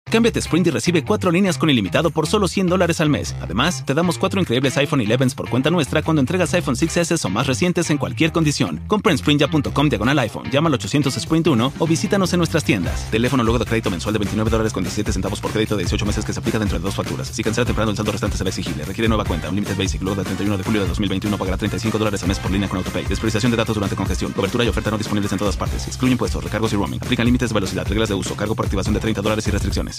S3: Cámbiate a Sprint y recibe cuatro líneas con ilimitado por solo 100 dólares al mes. Además, te damos cuatro increíbles iPhone 11s por cuenta nuestra cuando entregas iPhone 6s o más recientes en cualquier condición. Compra en sprintya.com diagonal iPhone, llama al 800 Sprint 1 o visítanos en nuestras tiendas. Teléfono luego de crédito mensual de 29 dólares con 17 centavos por crédito de 18 meses que se aplica dentro de dos facturas. Si cancela temprano, el saldo restante será exigible. Requiere nueva cuenta. Un límite basic luego del 31 de julio de 2021 pagará 35 dólares al mes por línea con AutoPay. Despreciación de datos durante congestión. Cobertura y oferta no disponibles en todas partes. Excluye impuestos, recargos y roaming. Aplican límites de velocidad, reglas de uso, cargo por activación de 30 dólares y restricciones.